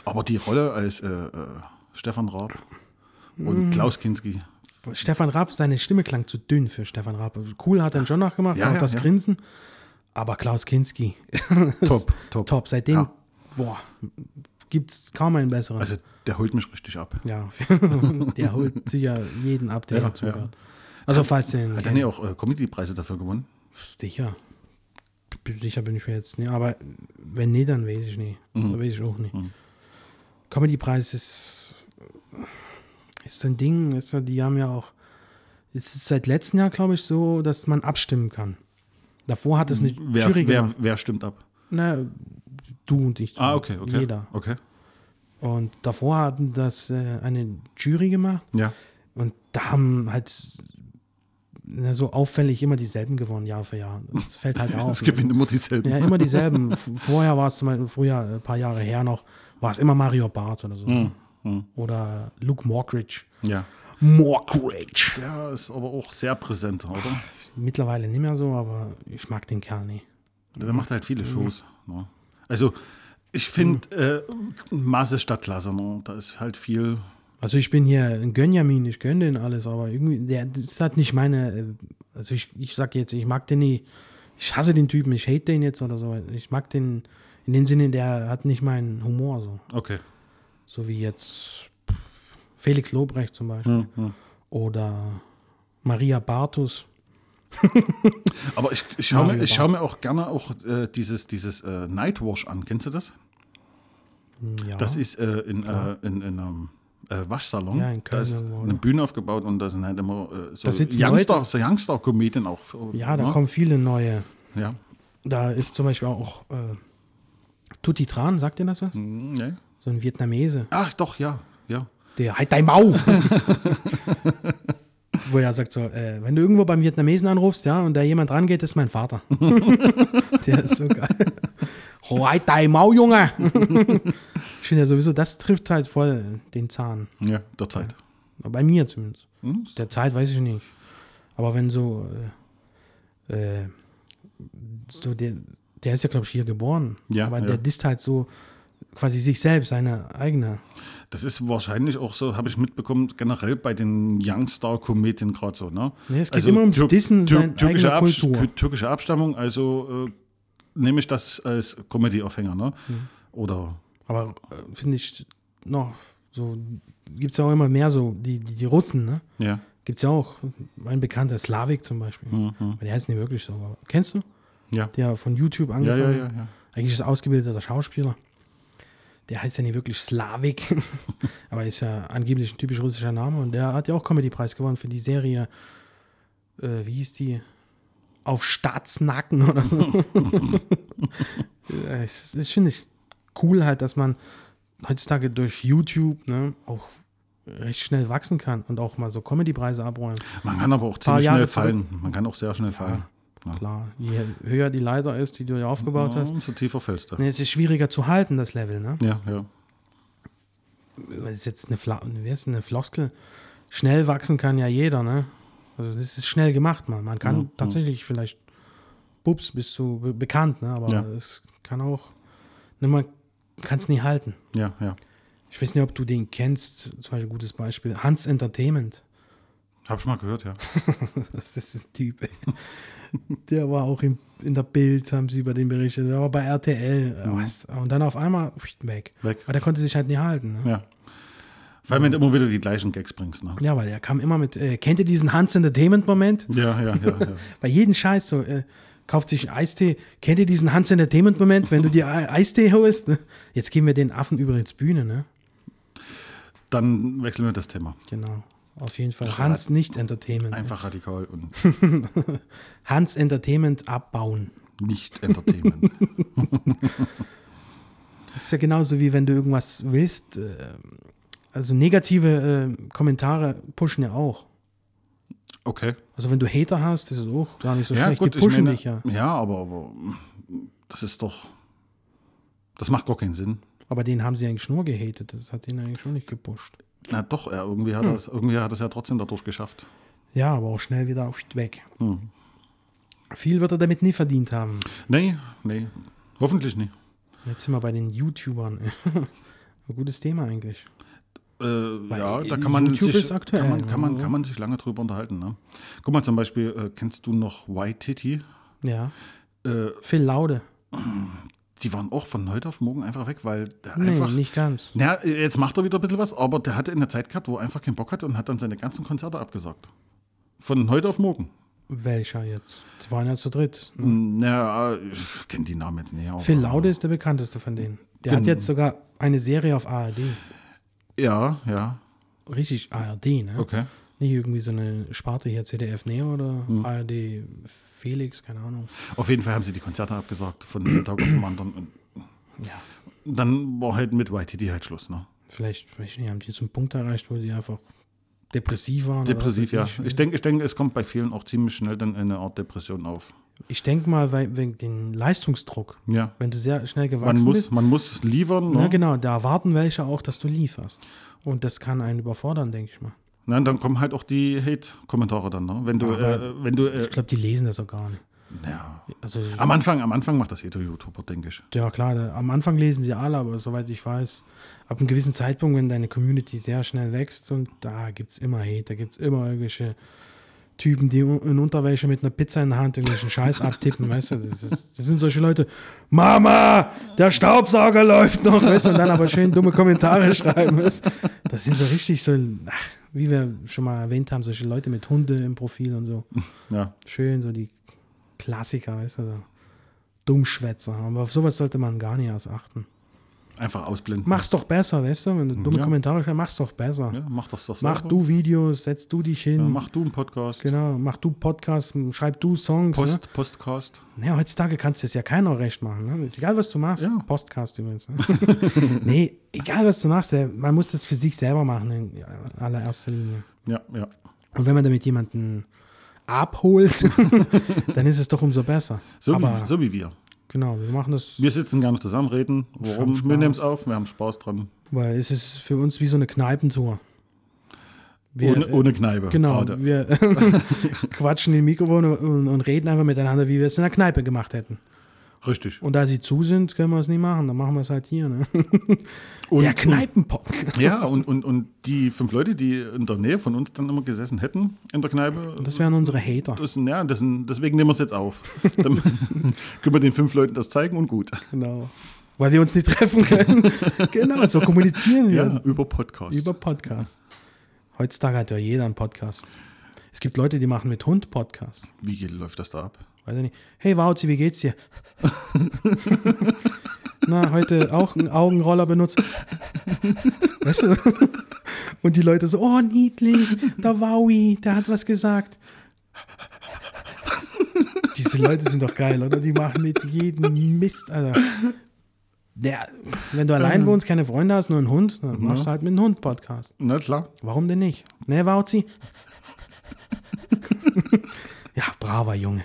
Aber die Rolle als äh, äh, Stefan Raab und Mhm. Klaus Kinski. Stefan Raab, seine Stimme klang zu dünn für Stefan Raab. Also Cool hat er schon nachgemacht, Ja, auch ja, das ja. Grinsen. Aber Klaus Kinski, [LAUGHS] Top, top. top. Seitdem, Ja. boah, gibt's kaum einen besseren. Also der holt mich richtig ab. ja, [LAUGHS] der holt sicher jeden ab, der Ja, ja, zuhört. Also falls den Hat er nicht auch äh, Comedy-Preise dafür gewonnen? sicher, B- sicher bin ich mir jetzt nicht. Aber wenn nicht, dann weiß ich nicht. Mhm. Da weiß ich auch nicht. Comedy-Preis ist ist so ein Ding. Ist so, die haben ja auch. Es ist seit letztem Jahr, glaube ich, so, dass man abstimmen kann. Davor hat es eine Mhm. Wer, Jury wer, gemacht. wer stimmt ab? Na, du und ich. Ah, okay, okay. Jeder. Okay. Und davor hatten das äh, eine Jury gemacht Ja. und da haben halt na, so auffällig immer dieselben gewonnen, Jahr für Jahr. Das fällt [LAUGHS] halt auf. Es gewinnt immer dieselben. Ja, immer dieselben. V- Vorher war es zum Beispiel, früher, ein paar Jahre her noch, war es immer Mario Barth oder so. Oder Luke Mockridge. ja. Mockridge. Der ist aber auch sehr präsent, oder? Mittlerweile nicht mehr so, aber ich mag den Kerl nicht. Der macht halt Mhm. viele Shows. Ne? Also, ich finde, äh, Maße statt Klasse. Ne? Da ist halt viel. Also ich bin hier ein Gönjamin, ich gönne den alles, aber irgendwie, der das ist halt nicht meine, äh, also ich, ich sag jetzt, ich mag den nie, ich hasse den Typen, ich hate den jetzt oder so. Ich mag den, in dem Sinne, der hat nicht meinen Humor so. Okay. So wie jetzt pff, Felix Lobrecht zum Hm, Beispiel. Oder Maria Bartus. Aber ich, ich schaue mir, Mario ich schau mir auch gerne auch äh, dieses, dieses äh, Nightwash an. Kennst du das? Ja. Das ist äh, in, äh, in, in einem äh, Waschsalon. Ja, in Köln Da ist irgendwo, oder? eine Bühne aufgebaut und da sind halt immer äh, so Da sitzen Youngster, Leute. so Youngster-Comedien auch. äh, ja, da ne? kommen viele neue. Ja. Da ist zum Beispiel auch äh, Tutti Tran, sagt ihr das was? Hm, ja. So ein Vietnamese. Ach doch, ja. Ja. Der halt dein [LAUGHS] Mau. Wo er sagt so, äh, wenn du irgendwo beim Vietnamesen anrufst, ja, und da jemand rangeht, ist mein [LAUGHS] Vater. der ist so geil. Oh, halt dein Mau, [LAUGHS] Junge. ich finde ja sowieso, das trifft halt voll den Zahn. Ja, der Zeit. Bei mir zumindest. Hm? Der Zeit weiß ich nicht. Aber wenn so, äh, äh, so der, der ist ja, glaube ich, hier geboren. Ja, aber ja. der disst halt so quasi sich selbst, seine eigene. Das ist wahrscheinlich auch so, habe ich mitbekommen, generell bei den Youngstar-Komedien gerade so. Ne? Nee, es geht immer ums Dissen, seine eigene Abst- Kultur. tü- türkische Abstammung, also äh, nehme ich das als Comedy-Aufhänger. Ne? Mhm. Oder Aber äh, finde ich noch so, gibt es ja auch immer mehr so, die, die, die Russen, ne? ja. Gibt es ja auch. Ein bekannter Slavik zum Beispiel. Mhm. Aber Der heißt nicht wirklich so. Aber kennst du? Ja. Der von YouTube Ja, angefangen ja, hat. ja, ja. Eigentlich ist er ausgebildeter Schauspieler. Der heißt ja nicht wirklich Slavik, [LAUGHS] aber ist ja angeblich ein typisch russischer Name. Und der hat ja auch Comedy-Preis gewonnen für die Serie, äh, wie hieß die? Auf Staatsnacken oder so. Ja, es- Das finde ich cool halt, dass man heutzutage durch YouTube ne, auch recht schnell wachsen kann und auch mal so Comedy-Preise abräumen. Man kann aber auch Paar ziemlich Jahre schnell zurück. fallen. Man kann auch sehr schnell fallen. Ja. Mhm. Klar, je höher die Leiter ist, die du dir aufgebaut hast, Ja, umso tiefer fällst du. ne, es ist schwieriger zu halten, das Level. Ne? Ja, ja. das ist jetzt eine, Fla wie heißt denn eine Floskel. Schnell wachsen kann ja jeder, ne? Also das ist schnell gemacht, man. Man kann tatsächlich vielleicht, bups, bist du be bekannt, ne? Aber Ja. es kann auch, ne, man kann es nie halten. Ja, ja. Ich weiß nicht, ob du den kennst, zum Beispiel ein gutes Beispiel, Hans Entertainment. [LAUGHS] Hab ich mal gehört, ja. Das ist ein Typ, ey. Der war auch in, in der Bild, haben sie über den berichtet. Der war bei RTL. äh, Was? Und dann auf einmal pff, weg. Mhm. Weg. Aber der konnte sich halt nie halten. Ne? [LAUGHS] ja. Vor allem, wenn du immer wieder die gleichen Gags bringst. Ne? Ja, weil er kam immer mit. Äh, kennt ihr diesen Hans Entertainment-Moment? Ja, ja, ja. ja. Bei jedem Scheiß so, äh, kauft sich einen Eistee. Kennt ihr diesen Hans Entertainment Moment, wenn du dir E- Eistee holst? [LAUGHS] Ne? Jetzt gehen wir den Affen übrigens Bühne, ne? [LAUGHS] Dann wechseln wir das Thema. Genau. Auf jeden Fall. Das war Hans nicht Entertainment. Einfach radikal und Hans Entertainment abbauen. nicht Entertainment. Das ist ja genauso wie wenn du irgendwas willst. äh, Also negative äh, Kommentare pushen ja auch. [LAUGHS] Okay. Also wenn du Hater hast, ist es auch gar nicht so schlecht. Die ich pushen meine- dich ja. Ja, aber, aber das ist doch. Das macht gar keinen Sinn. Aber den haben sie eigentlich nur gehatet. Das hat ihn eigentlich schon nicht gepusht. Na doch, er, irgendwie, Hm. hat das, irgendwie hat er es ja trotzdem dadurch geschafft. Ja, aber auch schnell wieder weg. Hm. Viel wird er damit nie verdient haben. Nee, nee. Hoffentlich nicht. Jetzt sind wir bei den YouTubern. [LAUGHS] Ein gutes Thema eigentlich. Äh, ja, i- da kann man, YouTube sich, ist aktuell, kann, man, kann, man, ne? kann man sich lange drüber unterhalten. Ne? Guck mal, zum Beispiel, äh, kennst du noch Waititi? Ja. Äh, Phil Laude. die waren auch von heute auf morgen einfach weg, weil der Nee, einfach. nicht ganz. Na, jetzt macht er wieder ein bisschen was, aber der hatte eine Zeit gehabt, wo er einfach keinen Bock hatte und hat dann seine ganzen Konzerte abgesagt. Von heute auf morgen. Welcher jetzt? Sie waren ja zu dritt. Naja, ich kenne die Namen jetzt nicht. aber- Phil Laude ist der bekannteste von denen. Der Genau. hat jetzt sogar eine Serie auf ARD. Ja, ja, Richtig ARD, ne? okay. Nicht irgendwie so eine Sparte hier, ZDF Neo oder Hm. ARD Felix, keine Ahnung. Auf jeden Fall haben sie die Konzerte abgesagt von einem Tag auf den anderen. Und Ja. dann war halt mit YTD halt Schluss, ne? Vielleicht, vielleicht nicht, haben die jetzt einen Punkt erreicht, wo die einfach depressiv waren. oder Depressiv, ja. was weiß Ich denke, ich denk, es kommt bei vielen auch ziemlich schnell dann eine Art Depression auf. Ich denke mal, weil, wegen dem Leistungsdruck. Ja. Wenn du sehr schnell gewachsen Man muss, bist. man muss liefern. Na Ne? genau, da erwarten welche auch, dass du lieferst. Und das kann einen überfordern, denke ich mal. Na, dann kommen halt auch die Hate-Kommentare dann, ne? Wenn du, äh, wenn du, äh, Ich glaube, die lesen das auch gar nicht. ja. Also, Am Anfang, am Anfang macht das jeder YouTuber, denke ich. ja klar, da, am Anfang lesen sie alle, aber soweit ich weiß, ab einem gewissen Zeitpunkt, wenn deine Community sehr schnell wächst und da gibt es immer Hate, da gibt es immer irgendwelche Typen, die un- in Unterwäsche mit einer Pizza in der Hand irgendwelchen Scheiß abtippen, weißt du, das, ist, das sind solche Leute, Mama, der Staubsauger läuft noch, weißt du, und dann aber schön dumme Kommentare [LAUGHS] schreiben, weißt du? das sind so richtig so, ach, wie wir schon mal erwähnt haben, solche Leute mit Hunde im Profil und so Ja. schön, so die Klassiker, weißt du, so. Dummschwätzer. Aber auf sowas sollte man gar nicht erst achten. Einfach ausblenden. Mach's doch besser, weißt du, wenn du dumme Mhm. Ja. Kommentare schreibst, mach's doch besser. Ja, mach das doch Mach selber. du Videos, setz du dich hin. Ja, mach du einen Podcast. Genau, mach du Podcasts, m, schreib du Songs. Post, Postcast. Ne? Ja, heutzutage kannst du es ja keiner recht machen. Ne? Ist Egal, was du machst. Ja. Podcast übrigens. [LAUGHS] Ne? nee, egal, was du machst. der- Man muss das für sich selber machen in allererster Linie. Ja, ja. Und wenn man damit jemanden [LAUGHS] abholt, dann ist es doch umso besser. So, Aber wie, so wie wir. Genau, wir machen das, Wir sitzen gerne zusammen, reden. haben Warum? Spaß. Wir nehmen es auf, wir haben Spaß dran. weil es ist für uns wie so eine Kneipentour. Wir, ohne, oh, äh, ohne Kneipe. genau, gerade. [LAUGHS] wir quatschen in Mikrofon und, und reden einfach miteinander, wie wir es in der Kneipe gemacht hätten. Richtig. Und da sie zu sind, können wir es nicht machen, dann machen wir es halt hier. Ne? [LAUGHS] Und, der Kneipenpop. und- Ja, und, und, und die fünf Leute, die in der Nähe von uns dann immer gesessen hätten in der Kneipe, Das wären unsere Hater. [LAUGHS] das, ja, das, deswegen nehmen wir es [LAUGHS] jetzt auf. Dann können wir den fünf Leuten das zeigen und gut. Genau. Weil wir uns nicht treffen können. [LAUGHS] genau, so kommunizieren wir. Ja, über Podcast. Über Podcast. Heutzutage hat ja jeder einen Podcast. Es gibt Leute, die machen mit Hund Podcast. Wie geht- läuft das da ab? Weiß ich nicht. Hey Wauzi, wie geht's dir? Na, heute auch einen Augenroller benutzt. Weißt du? Und die Leute so, oh, niedlich, der Wowi, der hat was gesagt. Diese Leute sind doch geil, oder? Die machen mit jedem Mist, Alter. Der, wenn du allein wohnst, keine Freunde hast, nur einen Hund, dann machst du halt mit einem Hund-Podcast. Na klar. Warum denn nicht? Ne, Wauzi? [LAUGHS] ja, braver Junge.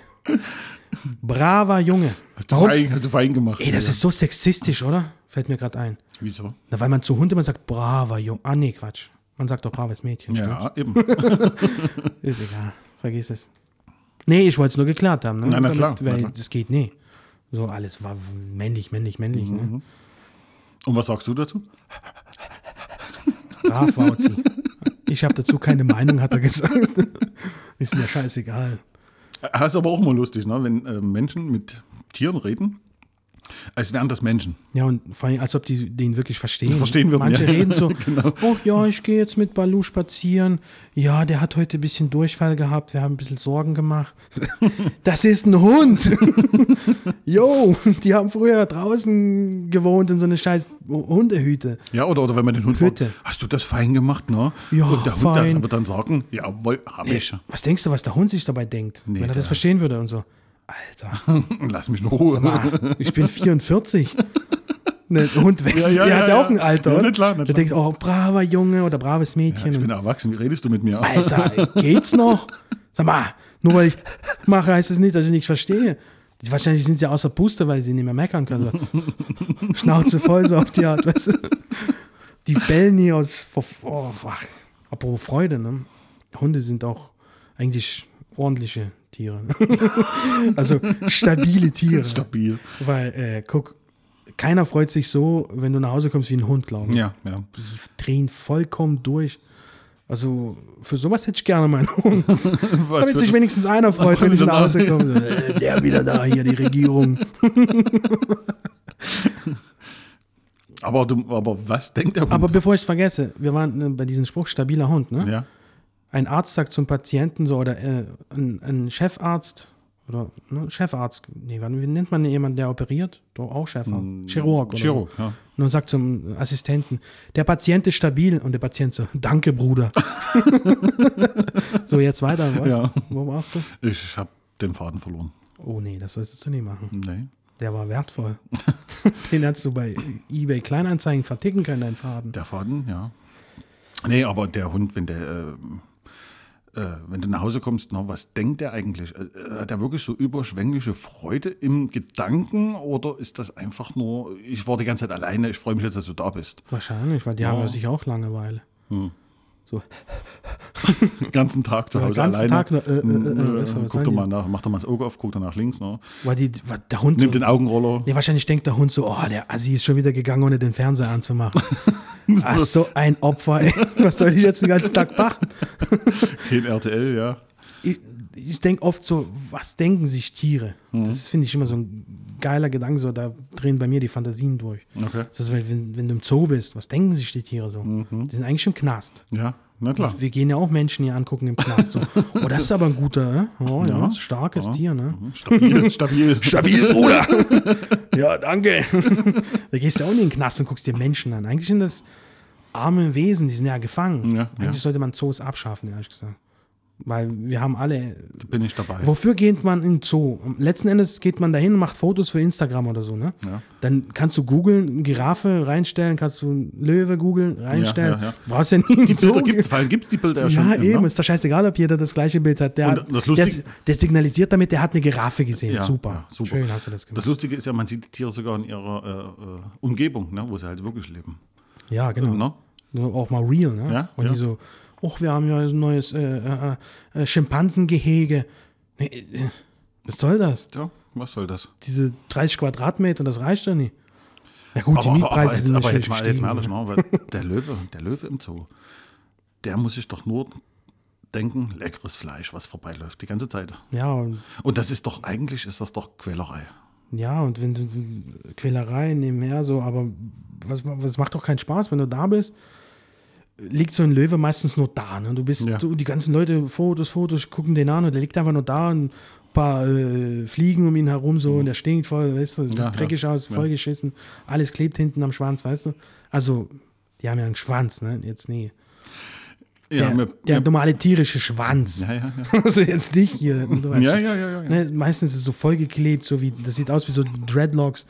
Braver Junge. Hast du, Warum? fein, hast du fein gemacht. Ey, das ist so sexistisch, oder? Fällt mir gerade ein. Wieso? Na, weil man zu Hund immer sagt, braver Junge. Ah, nee, Quatsch. Man sagt doch braves Mädchen. Ja, eben. stimmt? Ist egal. Vergiss es. Nee, ich wollte es nur geklärt haben. Ne? Na, na Damit- klar, na Weil klar. das geht nie. So alles war männlich, männlich, männlich. Mhm. Ne? Und was sagst du dazu? Brav, [LAUGHS] Wauzi. Ich habe dazu keine Meinung, hat er gesagt. [LAUGHS] Ist mir scheißegal. äh, Das ist aber auch immer lustig, ne? wenn äh, Menschen mit Tieren reden Als wären das Menschen. Ja, und vor allem, als ob die den wirklich verstehen. Verstehen würden, Manche ja. [LAUGHS] Genau. reden so, oh ja, ich gehe jetzt mit Balu spazieren. Ja, der hat heute ein bisschen Durchfall gehabt, wir haben ein bisschen Sorgen [LAUGHS] gemacht. Das ist ein Hund. [LAUGHS] Jo, die haben früher draußen gewohnt in so eine scheiß Hundehüte. Ja, oder, oder wenn man den Hund fragt, Bitte. hast du das fein gemacht, ne? Ja, Und der Hund fein. Äh. Dann, wird dann sagen, jawohl, hab ich. [LAUGHS] Was denkst du, was der Hund sich dabei denkt, Nee, wenn er das der- verstehen würde und so? Alter. [LAUGHS] Lass mich in Ruhe. Ma, ich bin 44. Ne, ein Hund wächst, Ja, ja, der ja, hat ja. ja auch ein Alter. Ja, oder? na klar, na Der klar. denkt auch, braver Junge oder braves Mädchen. Ich Und- bin erwachsen, wie redest du mit mir? Alter, geht's noch? Sag mal, nur weil ich mache, heißt es das nicht, dass ich nichts verstehe. Die- Wahrscheinlich sind sie außer Puste, weil sie nicht mehr meckern können. So. Schnauze voll so auf die Art, weißt du? Die bellen hier aus. vor- Oh, ach, apropos Freude, ne? Hunde sind auch eigentlich ordentliche Tiere. [LAUGHS] also stabile Tiere. [LAUGHS] Stabil. Weil, äh, guck, keiner freut sich so, wenn du nach Hause kommst, wie ein Hund, glaube ich. Ja, ja. Die drehen vollkommen durch. Also, für sowas hätte ich gerne meinen Hund. [LAUGHS] Damit sich würdest- wenigstens einer freut, wenn ich nach würdest du Hause komme. [LAUGHS] Äh, Der wieder da, hier die Regierung. Aber, du, aber was denkt der Hund? Aber bevor ich es vergesse, wir waren äh, bei diesem Spruch, stabiler Hund, ne? ja. Ein Arzt sagt zum Patienten so, oder äh, ein, ein Chefarzt, oder ne, Chefarzt, nee, wann- wie nennt man jemanden, der operiert? Doch auch Chefarzt. Hm, Chirurg. Oder Chirurg, ja. Und dann sagt zum Assistenten, der Patient ist stabil. Und der Patient so, danke, [LAUGHS] Bruder. so, jetzt weiter. Was? Ja. Wo warst du? Ich habe den Faden verloren. Oh nee, das sollst du nicht machen. Nee. Der war wertvoll. [LAUGHS] Den hast du bei eBay Kleinanzeigen verticken können, deinen Faden. Der Faden, ja. Nee, aber der Hund, wenn der, ähm, äh, wenn du nach Hause kommst, na, was denkt der eigentlich? Äh, äh, Hat er wirklich so überschwängliche Freude im Gedanken oder ist das einfach nur, ich war die ganze Zeit alleine, ich freue mich jetzt, dass du [LAUGHS] da bist? Wahrscheinlich, weil die haben ja sich auch Langeweile. So, Den ganzen Tag zu Ja, Hause ganzen alleine. Tag nur, äh, äh, äh, Mm, weißt du, was guck sagen doch die? mal nach, mach doch mal das Auge auf, guck doch nach links. Ne? weil die, weil der Hund. Nimm so, den Augenroller. nee, wahrscheinlich denkt der Hund so, oh, der Assi ist schon wieder gegangen, ohne den Fernseher anzumachen. Ach, so ein Opfer, ey. [LAUGHS] Was soll ich jetzt den ganzen Tag machen? Kein RTL, ja. ich, ich denke oft so, was denken sich Tiere? Das finde ich immer so ein geiler Gedanke, so da drehen bei mir die Fantasien durch. Okay. Das ist, also, wenn, wenn du im Zoo bist, was denken sich die Tiere so? Die sind eigentlich im Knast. Ja, na klar. ne? Wir gehen ja auch Menschen hier angucken im Knast. So. Oh, das ist aber ein guter, äh? oh, ja, Ja. starkes Tier, ne? Stabil, [LAUGHS] stabil. Stabil, Bruder! [LAUGHS] ja, danke. [LAUGHS] da gehst du auch nicht in den Knast und guckst dir Menschen an. Eigentlich sind das arme Wesen, die sind ja gefangen. Ja, Eigentlich ja. sollte man Zoos abschaffen, ehrlich gesagt. Weil wir haben alle Bin ich dabei. Wofür geht man in den Zoo? Letzten Endes geht man dahin und macht Fotos für Instagram oder so, ne? Ja. Dann kannst du googeln, Giraffe reinstellen, kannst du Löwe googeln, reinstellen. ja, ja. Brauchst ja nie in Die den Zoo. Bilder gehen. gibt's, weil gibt's die Bilder ja schon. ne? Ja, immer. eben, ist doch scheißegal, ob jeder das gleiche Bild hat. Der, Und das der, Lustige- der signalisiert damit, der hat eine Giraffe gesehen. Ja, super. ja, super. Schön hast du das gemacht. Das Lustige ist ja, man sieht die Tiere sogar in ihrer äh, äh, Umgebung, ne, wo sie halt wirklich leben. ja, genau. Ne? Nur auch mal real, ne? Ja, und ja. die so, och, wir haben ja ein neues äh, äh, äh, Schimpansengehege. Nee, äh, was soll das? Tja, was soll das? diese 30 Quadratmeter, das reicht doch nicht. Ja gut, die aber, aber, Mietpreise jetzt, sind aber natürlich jetzt, mal, jetzt mal ehrlich, ne, weil der Löwe, der Löwe im Zoo, der muss sich doch nur denken, leckeres Fleisch, was vorbeiläuft die ganze Zeit. Ja, und, Und das ist doch, eigentlich ist das doch Quälerei. ja, und wenn du Quälerei nebenher so, aber was, was macht doch keinen Spaß, wenn du da bist, liegt so ein Löwe meistens nur da. Ne? Du bist, Ja. du, die ganzen Leute, Fotos, Fotos, gucken den an und der liegt einfach nur da und ein paar äh, Fliegen um ihn herum so und der stinkt voll, weißt du, sieht ja. dreckig aus, Ja. vollgeschissen, alles klebt hinten am Schwanz, weißt du. Also, die haben ja einen Schwanz, ne? Jetzt nee. Ja, der, mir- der mir- normale tierische Schwanz. ja, ja, [LAUGHS] ja. Also jetzt dich hier. Du weißt Ja, schon. ja, ja, ja, ja. Ne, meistens ist es so vollgeklebt, so wie das sieht aus wie so Dreadlocks.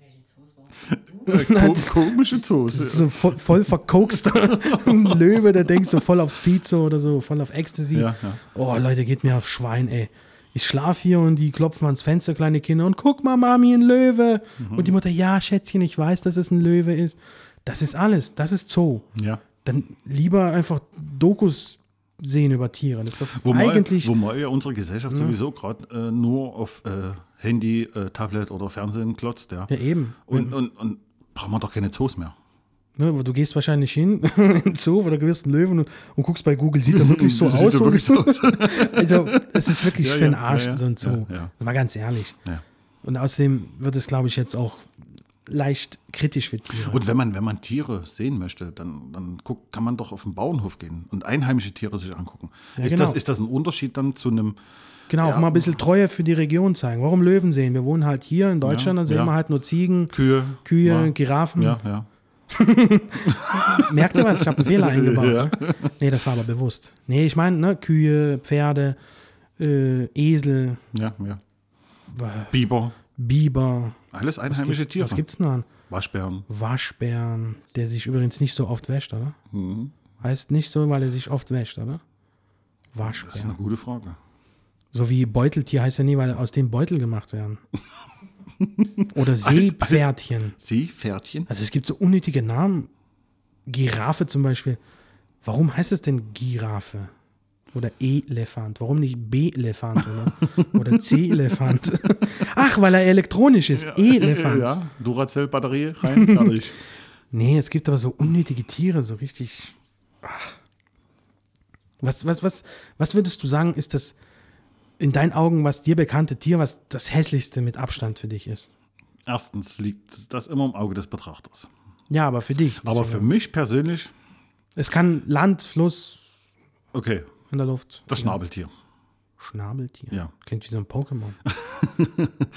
Welchen Zoos warst du? Ko komische Zoos. Das ist so voll, voll [LAUGHS] [LAUGHS] verkokster Löwe, der denkt so voll auf Speed so oder so, voll auf Ecstasy. Ja, ja. Oh, Leute, geht mir auf Schwein, ey. Ich schlaf hier und die klopfen ans Fenster, kleine Kinder, und guck mal, Mami, ein Löwe. Mhm. Und die Mutter, ja, Schätzchen, ich weiß, dass es ein Löwe ist. Das ist alles, das ist Zoo. Ja. Dann lieber einfach Dokus sehen über Tiere. Das ist doch Wo eigentlich. mal, wo mal ja unsere Gesellschaft sowieso gerade äh, nur auf äh, Handy, äh, Tablet oder Fernsehen klotzt, ja. ja, eben. und, und, und brauchen wir doch keine Zoos mehr. Ne, aber du gehst wahrscheinlich hin [LAUGHS] in den Zoo oder du wirst einen Löwen und, und guckst bei Google, sieht er wirklich so [LAUGHS] Sieht aus? er wirklich Wirklich [LAUGHS] also, es ist wirklich [LAUGHS] Ja, für den ja, Arsch, ja, ja, so ein Zoo. ja, ja. Mal ganz ehrlich. Ja. Und außerdem wird es, glaube ich, jetzt auch leicht kritisch für Tiere. Und wenn man, wenn man Tiere sehen möchte, dann, dann guckt, kann man doch auf den Bauernhof gehen und einheimische Tiere sich angucken. Ja, ist, genau. das, ist das ein Unterschied dann zu einem, Genau, auch Ja. mal ein bisschen Treue für die Region zeigen. Warum Löwen sehen? Wir wohnen halt hier in Deutschland, dann sehen ja. wir halt nur Ziegen, Kühe, Kühe, Ma- Giraffen. ja, ja. Merkt ihr was? Ich habe einen [LAUGHS] Fehler eingebaut. Ne? Nee, das war aber bewusst. Nee, ich meine, ne, Kühe, Pferde, äh, Esel, Ja, ja. Bäh. Biber, Biber. alles Was einheimische gibt's, Tiere. Was gibt's denn an? Waschbären. Waschbären, der sich übrigens nicht so oft wäscht, oder? Mhm. Heißt nicht so, weil er sich oft wäscht, oder? Das ist Waschbären. eine gute Frage. So wie Beuteltier heißt ja nie, weil aus dem Beutel gemacht [LAUGHS] werden. Oder Seepferdchen. Seepferdchen? Also es gibt so unnötige Namen. Giraffe zum Beispiel. Warum heißt es denn Giraffe? Oder Elefant? Warum nicht B-Elefant [LAUGHS] oder, oder C-Elefant? Ach, weil er elektronisch ist. Elefant. [LAUGHS] Ja, Duracell-Batterie [LAUGHS] rein, fertig. Nee, es gibt aber so unnötige Tiere, so richtig. Ach. Was, was, was, was würdest du sagen, ist das in deinen Augen, was dir bekannte Tier, was das hässlichste mit Abstand für dich ist? Erstens liegt das immer im Auge des Betrachters. Ja, aber für dich. Aber für mich persönlich, es kann Land, Fluss, okay, in der Luft. das Schnabeltier. Schnabeltier. Ja. Klingt wie so ein [LAUGHS] Pokémon.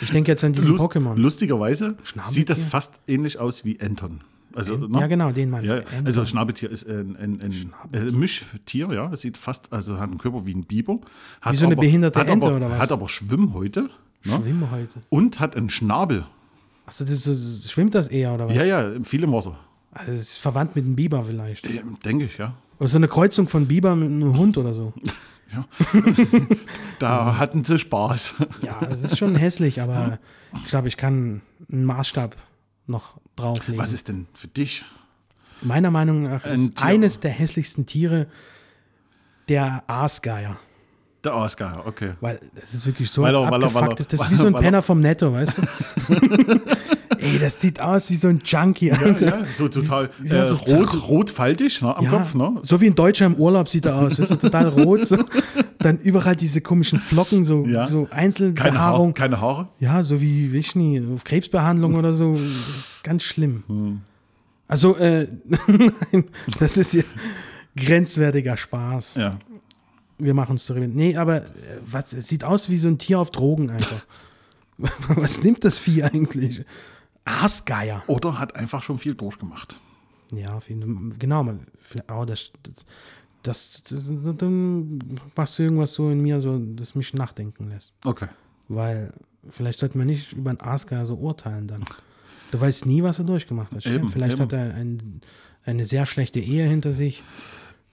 ich denke jetzt an diesen Lust, Pokémon. Lustigerweise Schnabeltier? sieht das fast ähnlich aus wie Enton. Also, ne? ja, genau, den meine Ja, ich. Ent- also ein Schnabeltier ist ein, ein, ein, ein Mischtier, ja. Es sieht fast, also hat einen Körper wie ein Biber. Hat Wie so eine behinderte hat Ente aber, oder was? Hat aber Schwimmhäute ne? Äh, Schwimmen heute. und hat einen Schnabel. Achso, das ist, so- schwimmt das eher oder was? Ja, ja, viel im Wasser. Also, es ist verwandt mit einem Biber vielleicht. Ja, Denke ich, ja. Oder so eine Kreuzung von Biber mit einem Hund oder so. Da hatten sie Spaß. Ja, es ist schon hässlich, aber ich glaube, ich kann einen Maßstab noch drauflegen. Was ist denn für dich? Meiner Meinung nach Ein ist Tier. eines der hässlichsten Tiere der Aasgeier. Der Oscar, okay. Weil es ist wirklich so Weil er- weil er- abgefuckt. weil er- ist. das ist weil wie so ein er- weil er- Penner vom Netto, [LAUGHS] weißt du? Ey, das sieht aus wie so ein Junkie, Alter. Ja, so total Ja, äh, so rot, rotfaltig ne, am Ja, Kopf, ne? So wie ein Deutscher im Urlaub sieht er aus, weißt du, total rot. [LAUGHS] So. Dann überall diese komischen Flocken, so, Ja. so Keine, Haar, Einzelbehaarung. keine Haare. Ja, so wie Wischni, auf Krebsbehandlung oder so. Das ist ganz schlimm. Also, äh, [LAUGHS] nein, das ist ja grenzwertiger Spaß. Ja. Wir machen es zu reden. Nee, aber äh, was, es sieht aus wie so ein Tier auf Drogen einfach. [LAUGHS] was nimmt das Vieh eigentlich? Aasgeier. Oder hat einfach schon viel durchgemacht. Ja, auf jeden Fall. Genau, man, vielleicht- oh, das, das, das, das, dann machst du irgendwas so in mir, so, das mich nachdenken lässt. Okay. Weil vielleicht sollte man nicht über einen Asker so urteilen dann. Du weißt nie, was er durchgemacht hat. Stimmt. Eben, vielleicht eben. hat er ein, eine sehr schlechte Ehe hinter sich,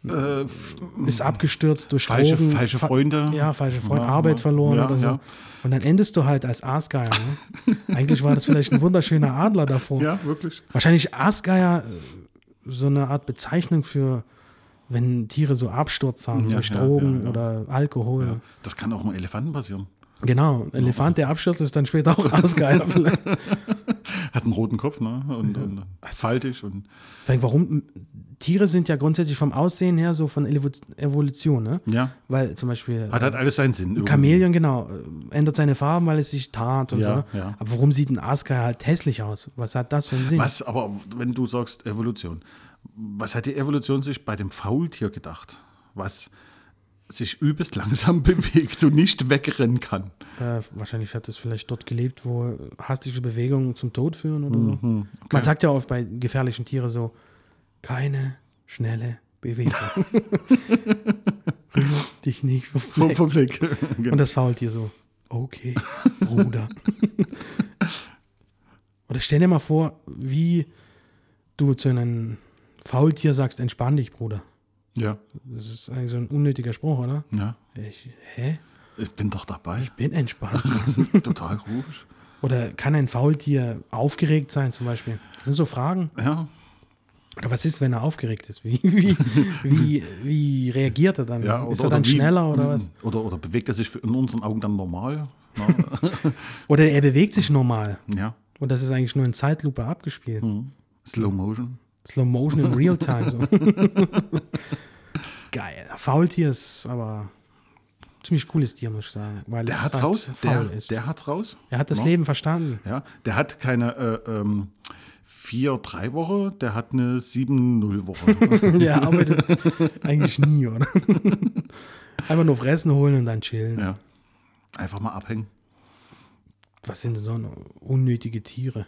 Äh, ist abgestürzt durch falsche, Drogen, falsche fa- Freunde. Ja, falsche Freunde, Ja, Arbeit ja. verloren Ja, oder so. ja. Und dann endest du halt als Aasgeier. [LAUGHS] Ne? Eigentlich war das vielleicht ein wunderschöner Adler davor. Ja, wirklich. Wahrscheinlich Aasgeier äh, so eine Art Bezeichnung für, wenn Tiere so Absturz haben Ja, durch ja, Drogen ja, ja. oder Alkohol. Ja. Das kann auch einem Elefanten passieren. Genau, ein Elefant, der abstürzt, ist dann später [LAUGHS] auch Aasgeier vielleicht. Hat einen roten Kopf, ne? Und, und faltig und Vor allem, warum? Tiere sind ja grundsätzlich vom Aussehen her so von Elevo- Evolution, ne? ja. Weil zum Beispiel Hat halt alles seinen Sinn. irgendwie. Äh, Chamäleon, genau, äh, ändert seine Farben, weil es sich tat und Ja, so. Ne? ja. Aber warum sieht ein Asker halt hässlich aus? Was hat das für einen Sinn? Was, aber wenn du sagst Evolution, was hat die Evolution sich bei dem Faultier gedacht? Was sich übelst langsam [LAUGHS] bewegt und nicht wegrennen kann. Äh, wahrscheinlich hat es vielleicht dort gelebt, wo hastige Bewegungen zum Tod führen oder so. Mhm, Man sagt ja oft bei gefährlichen Tieren so, keine schnelle [LAUGHS] Bewegung. Rühr dich nicht vom Vom, vom [LAUGHS] Blick. Genau. Und das Faultier so, okay, [LAUGHS] Bruder. Oder stell dir mal vor, wie du zu einem Faultier sagst, entspann dich, Bruder. ja, Das ist eigentlich so ein unnötiger Spruch, oder? ja. Ich, hä? Ich bin doch dabei. Bin entspannt. [LAUGHS] Total ruhig. Oder kann ein Faultier aufgeregt sein, zum Beispiel? Das sind so Fragen. Ja. Oder was ist, wenn er aufgeregt ist? Wie, wie, wie, wie reagiert er dann? ja ist er dann wie- schneller oder was? Mhm. Oder, oder bewegt er sich für- in unseren Augen dann normal? Oder er bewegt sich normal. ja. Und das ist eigentlich nur in Zeitlupe Mhm. abgespielt. Slow Motion. Slow Motion in Real [LAUGHS] Time. So. Geil. Faultier ist aber ziemlich cooles Tier, muss ich sagen. Weil Der es hat's halt raus. Der, faul ist. der hat's raus. er hat das Ja. Leben verstanden. [LAUGHS] Ja, der hat keine äh, ähm, 4-3-Woche, der hat [LAUGHS] eine 7-0-Woche. Der arbeitet eigentlich nie, [LAUGHS] oder? Einfach nur fressen holen und dann chillen. ja. Einfach mal abhängen. Was sind denn so eine unnötige Tiere?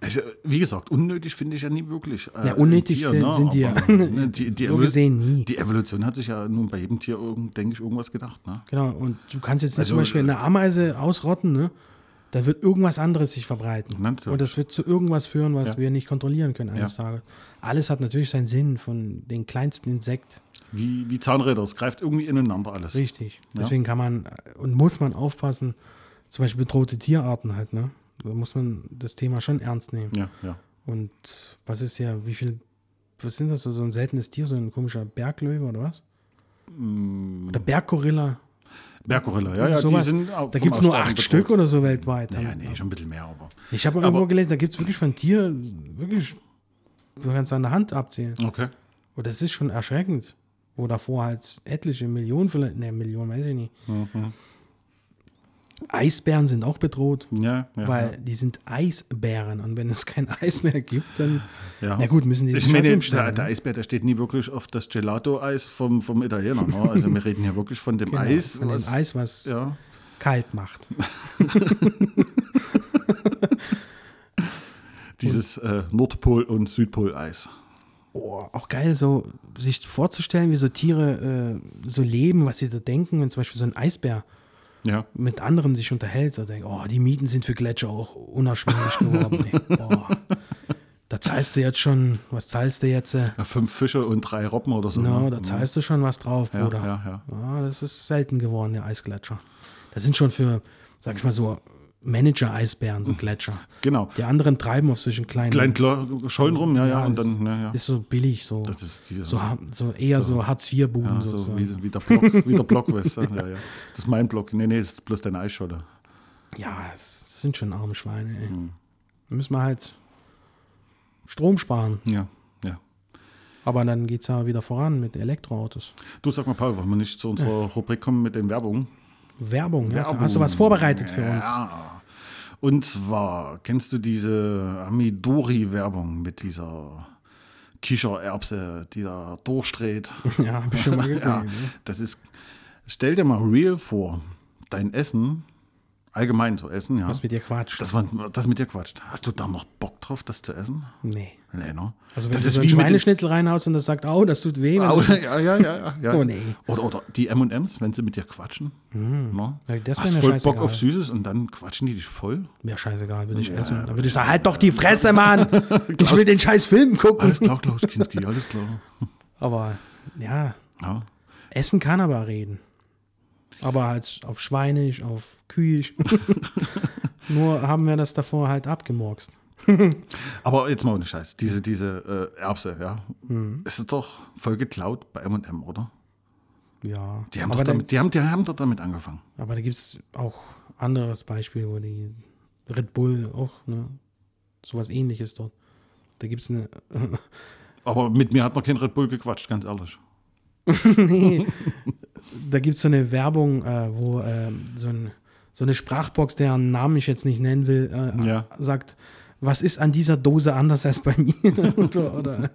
Also, wie gesagt, unnötig finde ich ja nie wirklich. äh, Ja, unnötig Tier, sind- ne, sind die ja- [LAUGHS] aber, ne, die, die So Evolu- gesehen nie. Die Evolution hat sich ja nun bei jedem Tier, irgend- denke ich, irgendwas gedacht. Ne? Genau, und du kannst jetzt nicht Also, zum Beispiel eine Ameise ausrotten, ne? Da wird irgendwas anderes sich verbreiten. Na, natürlich. Und das wird zu irgendwas führen, was Ja. wir nicht kontrollieren können eines Ja. Tages. Alles hat natürlich seinen Sinn, von den kleinsten Insekt. Wie, wie Zahnräder, es greift irgendwie ineinander alles. Richtig. Deswegen kann man äh, und muss man aufpassen, zum Beispiel bedrohte Tierarten halt, ne? Da muss man das Thema schon ernst nehmen. Ja, ja. Und was ist ja, wie viel, was sind das so, so ein seltenes Tier, so ein komischer Berglöwe oder was? Oder Berggorilla? Berggorilla, Mm. ja, ja, sowas. die sind auch da vom gibt es nur Aussterben acht bedroht. Stück oder so weltweit. Naja, Haben- nee, schon ein bisschen mehr, aber. Ich habe mal Aber- irgendwo gelesen, da gibt es wirklich von Tier, wirklich, du kannst an der Hand abzählen. Okay. Und Oh, das ist schon erschreckend. Wo davor halt etliche Millionen vielleicht, ne, Millionen weiß ich nicht. Mhm. Eisbären sind auch bedroht, Ja, ja. weil die sind Eisbären. Und wenn es kein [LAUGHS] Eis mehr gibt, dann, ja. na gut, müssen die Ich sich halt meine, umstellen, der, der ne? Eisbär, der steht nie wirklich auf das Gelato-Eis vom, vom Italiener. Ne? Also wir reden hier wirklich von dem Genau, Eis. von was- dem Eis, was Ja. kalt macht. Dieses äh, Nordpol- und Südpoleis. Oh, auch geil, so sich vorzustellen, wie so Tiere äh, so leben, was sie so denken, wenn zum Beispiel so ein Eisbär Ja. mit anderen sich unterhält, so denkt, oh, die Mieten sind für Gletscher auch unerschwinglich geworden. [LAUGHS] Ey. Boah, da zahlst du jetzt schon, was zahlst du jetzt? äh? ja. Fünf Fische und drei Robben oder so. No, ne? da zahlst du schon was drauf, Ja, Bruder. ja, Ja, das ist selten geworden, der Eisgletscher. Das sind schon für, sag ich mal so, Manager-Eisbären, so Gletscher. Genau. Die anderen treiben auf solchen kleinen, Hm. Kleinen Klo- Schollen rum, ja, ja. Ja, und das dann, ja, ja. ist so billig, so, Das ist die, so, ha- so eher so Hartz-IV-Buden ja, so sozusagen. wie, wie der Block, wie [LAUGHS] der Block weißt du? ja, ja. Das ist mein Block. Nee, nee, das ist bloß deine Eisscholle. Ja, es sind schon arme Schweine, ey. Hm. Da müssen wir halt Strom sparen. Ja, ja. Aber dann geht es ja wieder voran mit Elektroautos. Du sag mal, Paul, wollen wir nicht zu unserer Rubrik kommen mit den Werbungen? Werbung, ja. Werbung. Hast du was vorbereitet für uns? ähm, Ja. Und zwar, kennst du diese Amidori-Werbung mit dieser Kichererbse, die da durchdreht? [LAUGHS] Ja, hab ich schon mal [LAUGHS] ja, gesehen. ne? das ist, stell dir mal real vor, dein Essen, allgemein so Essen, ja. Was mit dir quatscht. das, war, das mit dir quatscht. Hast du da noch Bock drauf, das zu essen? nee. Nee, ne? Also wenn das du so ein wie mit den- Schweineschnitzel reinhaust und das sagt, au, das tut weh. wenn Au, du- [LAUGHS] ja, ja, ja, ja. Oh, nee. Mhm. Oder, oder die M&Ms, wenn sie mit dir quatschen. ne? Ja, das wär Hast mir voll scheißegal. Bock auf Süßes und dann quatschen die dich voll. Mir scheißegal, würde ich essen. Dann würde ich sagen, halt doch die [LAUGHS] Fresse, Mann. Ich will den scheiß Film gucken. Alles klar, Klaus Kinski, alles klar. Aber ja, Ja. Essen kann aber reden. Aber halt auf Schweinisch, auf [LAUGHS] Kühisch. [LAUGHS] Nur haben wir das davor halt abgemorkst. Aber jetzt mal ohne Scheiß, diese, diese äh, Erbse, ja, Mhm. ist ist doch voll geklaut bei M&M, oder? Ja. Die haben, aber, doch da, damit, die, haben, die haben doch damit angefangen. aber da gibt es auch anderes Beispiel, wo die Red Bull auch, ne? Sowas ähnliches dort. Da gibt es eine. [LAUGHS] Aber mit mir hat noch kein Red Bull gequatscht, ganz ehrlich. nee. Da gibt es so eine Werbung, äh, wo ähm, so, ein, so eine Sprachbox, deren Namen ich jetzt nicht nennen will, äh, Ja. sagt, was ist an dieser Dose anders als bei mir? [LAUGHS] oder oder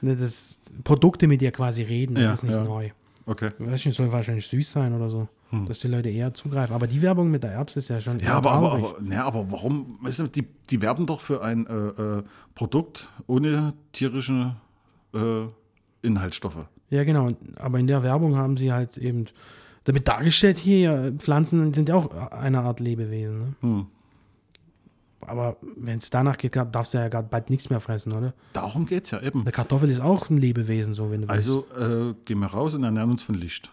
ne, das, Produkte mit dir quasi reden, Ja, das ist nicht ja. neu. Okay. Weiß nicht, soll wahrscheinlich süß sein oder so, dass die Leute eher zugreifen. Aber die Werbung mit der Erbse ist ja schon eher Hm. Ja, aber, aber, traurig. aber, ne, aber warum, weißt du, die, die werben doch für ein äh, äh, Produkt ohne tierische äh, Inhaltsstoffe. Ja, genau. Aber in der Werbung haben sie halt eben damit dargestellt, hier, ja, Pflanzen sind ja auch eine Art Lebewesen. Ne? Aber wenn es danach geht, darfst du ja gar bald nichts mehr fressen, oder? Darum geht es ja eben. Eine Kartoffel ist auch ein Lebewesen, so wenn du Also äh, gehen wir raus und ernähren uns von Licht.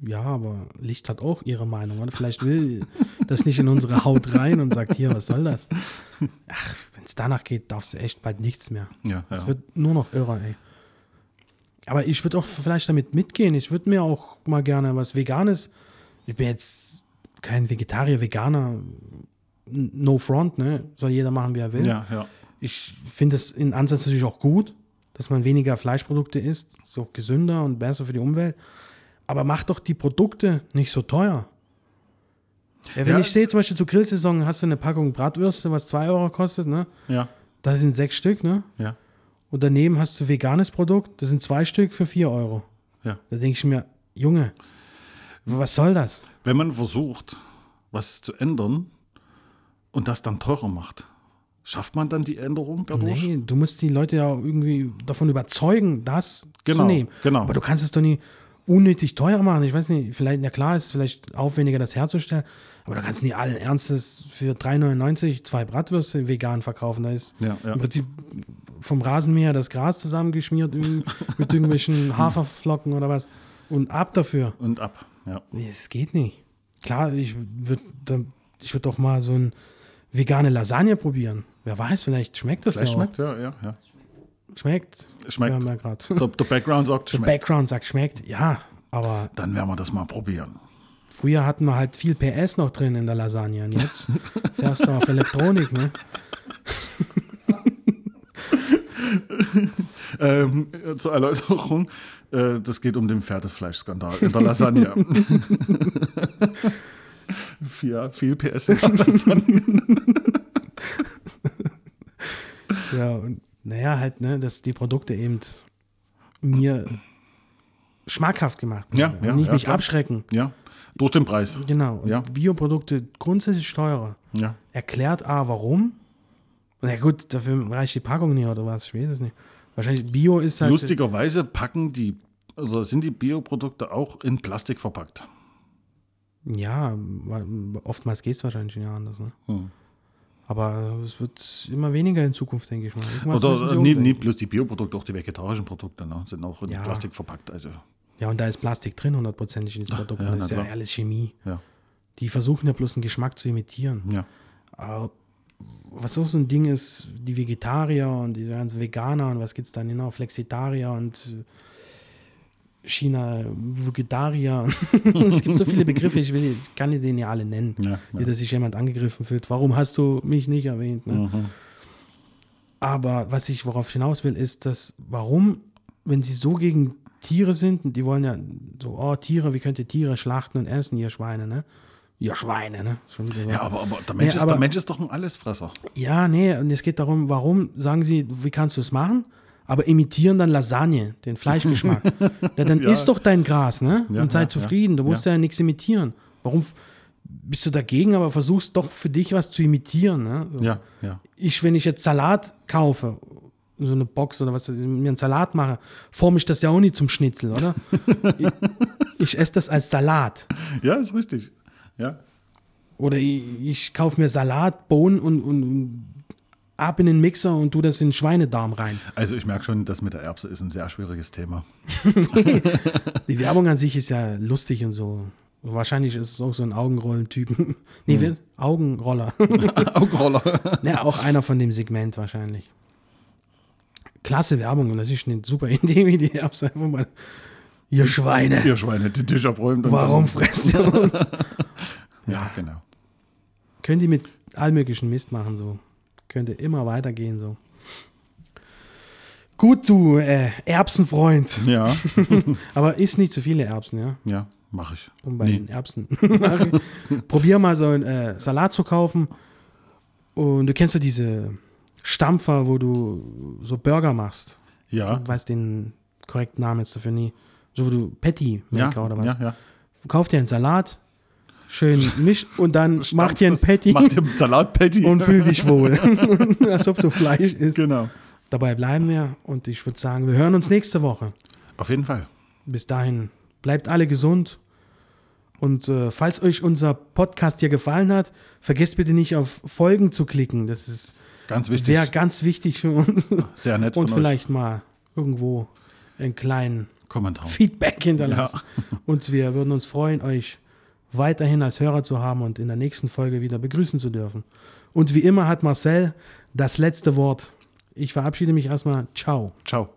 willst. Ja, aber Licht hat auch ihre Meinung, oder? Vielleicht will [LAUGHS] das nicht in unsere Haut rein und sagt, hier, was soll das? Ach, wenn es danach geht, darfst du echt bald nichts mehr. Ja, Es ja. wird nur noch irrer, ey. Aber ich würde auch vielleicht damit mitgehen. Ich würde mir auch mal gerne was Veganes. Ich bin jetzt kein Vegetarier, Veganer. n- No front, ne? Soll jeder machen, wie er will. Ja, ja. Ich finde es in Ansatz natürlich auch gut, dass man weniger Fleischprodukte isst. Ist auch gesünder und besser für die Umwelt. Aber mach doch die Produkte nicht so teuer. Ja, wenn Ja. ich sehe, zum Beispiel zur Grillsaison hast du eine Packung Bratwürste, was 2 Euro kostet, ne? Ja, Da sind sechs Stück, ne? ja, Und daneben hast du veganes Produkt, das sind zwei Stück für 4 Euro. ja. Da denke ich mir, Junge, was soll das? Wenn man versucht, was zu ändern und das dann teurer macht, schafft man dann die Änderung dadurch? Nee, du musst die Leute ja irgendwie davon überzeugen, das Genau, zu nehmen. genau. Aber du kannst es doch nicht unnötig teuer machen. Ich weiß nicht, vielleicht, ja klar, ist es vielleicht aufwendiger, das herzustellen, aber du kannst nicht allen Ernstes für 3,99 zwei Bratwürste vegan verkaufen. Da ist Ja, ja. im Prinzip vom Rasenmäher das Gras zusammengeschmiert [LAUGHS] irgendwie mit irgendwelchen Haferflocken oder was. Und ab dafür. Und ab. Ja. Nee, es geht nicht. Klar, ich würde ich würd doch mal so ein vegane Lasagne probieren. Wer weiß, vielleicht schmeckt das Fleisch ja auch. schmeckt, ja, ja, ja. Schmeckt. [LAUGHS] Schmeckt. Wir haben ja gerade. Der, der Background sagt, Der schmeckt. Background sagt, schmeckt. Ja, aber Dann werden wir das mal probieren. früher hatten wir halt viel PS noch drin in der Lasagne. Und [LAUGHS] jetzt fährst du auf Elektronik, ne? Ähm, zur Erläuterung, äh, das geht um den Pferdefleischskandal in [LAUGHS] der Lasagne. viel, viel PS. in der Lasagne. Ja, und naja, halt, ne, dass die Produkte eben mir schmackhaft gemacht Ja, werden. ja, und nicht ja, mich klar. abschrecken. ja, durch den Preis. Genau. Und Ja. Bioprodukte grundsätzlich teurer. Ja. erklärt A, warum. Na gut, dafür reicht die Packung nicht oder was, ich weiß es nicht. Wahrscheinlich Bio ist halt. Lustigerweise packen die, also sind die Bioprodukte auch in Plastik verpackt. Ja, wa- oftmals geht es wahrscheinlich nicht anders. Ne? Hm. Aber es wird immer weniger in Zukunft, denke ich mal. Irgendwas müssen Oder sie äh, nie, nie umdenken. bloß die Bioprodukte, auch die vegetarischen Produkte ne, sind auch in Ja. Plastik verpackt. Also, Ja, und da ist Plastik drin, hundertprozentig in den Produkten. ja, na das ist ja klar. alles Chemie. ja, Die versuchen ja bloß einen Geschmack zu imitieren. ja. Aber was auch so ein Ding ist, die Vegetarier und diese ganzen Veganer und was gibt's da genau, Flexitarier und äh, China, Vegetarier. [LAUGHS] es gibt so viele Begriffe, ich, will, ich kann dir den ja alle nennen, Ja, wie dass sich jemand angegriffen fühlt. Warum hast du mich nicht erwähnt? Ne? Mhm. Aber was ich, worauf ich hinaus will, ist, dass warum, wenn sie so gegen Tiere sind, und die wollen ja so, oh, Tiere, wie könnt ihr Tiere schlachten und essen, ihr Schweine, ne? Ihr Schweine, ne? Schon wieder so. Ja, aber, aber, der, Mensch Nee, ist, aber- der Mensch ist doch ein Allesfresser. Ja, nee, und es geht darum, warum sagen sie, wie kannst du es machen? Aber imitieren dann Lasagne, den [LAUGHS] Fleischgeschmack. ja, dann isst doch dein Gras, ne? Ja, und sei ja, zufrieden. Du musst ja, nichts imitieren. Warum f- bist du dagegen, aber versuchst doch für dich was zu imitieren, ne? So. Ja, ja. Ich, wenn ich jetzt Salat kaufe, so eine Box oder was, mir einen Salat mache, forme ich das ja auch nie zum Schnitzel, [LAUGHS] oder? ich, ich esse das als Salat. Ja, ist richtig. Ja, Oder ich, ich kaufe mir Salat, Bohnen und, und, und ab in den Mixer und tu das in den Schweinedarm rein. Also ich merke schon, das mit der Erbse ist ein sehr schwieriges Thema. [LAUGHS] Die Werbung an sich ist ja lustig und so. Wahrscheinlich ist es auch so ein Augenrollentypen. [LAUGHS] Nee, wir- Augenroller. [LAUGHS] Augenroller. ja, auch einer von dem Segment wahrscheinlich. Klasse Werbung und natürlich eine super [LAUGHS] Idee, wie die Erbse einfach mal. Ihr Schweine, Ihr Schweine, den Tisch abräumt. und- warum fresst ihr uns? Ja, genau. Können die mit allmöglichen Mist machen, so. Könnte immer weitergehen, so. Gut, du äh, Erbsenfreund. Ja, [LAUGHS] Aber isst nicht zu viele Erbsen, ja? ja, mache ich. Um bei den Erbsen. [LAUGHS] Probier mal so einen äh, Salat zu kaufen. Und du kennst ja diese Stampfer, wo du so Burger machst. Ja, Ich weiß den korrekten Namen jetzt dafür nie. So wo du Patty ja, Maker oder was. ja, ja. Kauf dir einen Salat, [LAUGHS] schön misch und dann mach dir einen Patty Mach dir einen [LAUGHS] Salat-Patty. und fühl dich [LAUGHS] wohl. [LAUGHS] Als ob du Fleisch isst. genau. Dabei bleiben wir und ich würde sagen, wir hören uns nächste Woche. Auf jeden Fall. Bis dahin, bleibt alle gesund. Und äh, falls euch unser Podcast hier gefallen hat, vergesst bitte nicht auf Folgen zu klicken. Das ist Ganz wichtig. wäre ganz wichtig für uns. Sehr [LAUGHS] nett Und von vielleicht mal irgendwo einen kleinen euch. Kommentar. Feedback hinterlassen. Und wir würden uns freuen, euch weiterhin als Hörer zu haben und in der nächsten Folge wieder begrüßen zu dürfen. Und wie immer hat Marcel das letzte Wort. Ich verabschiede mich erstmal. Ciao. Ciao.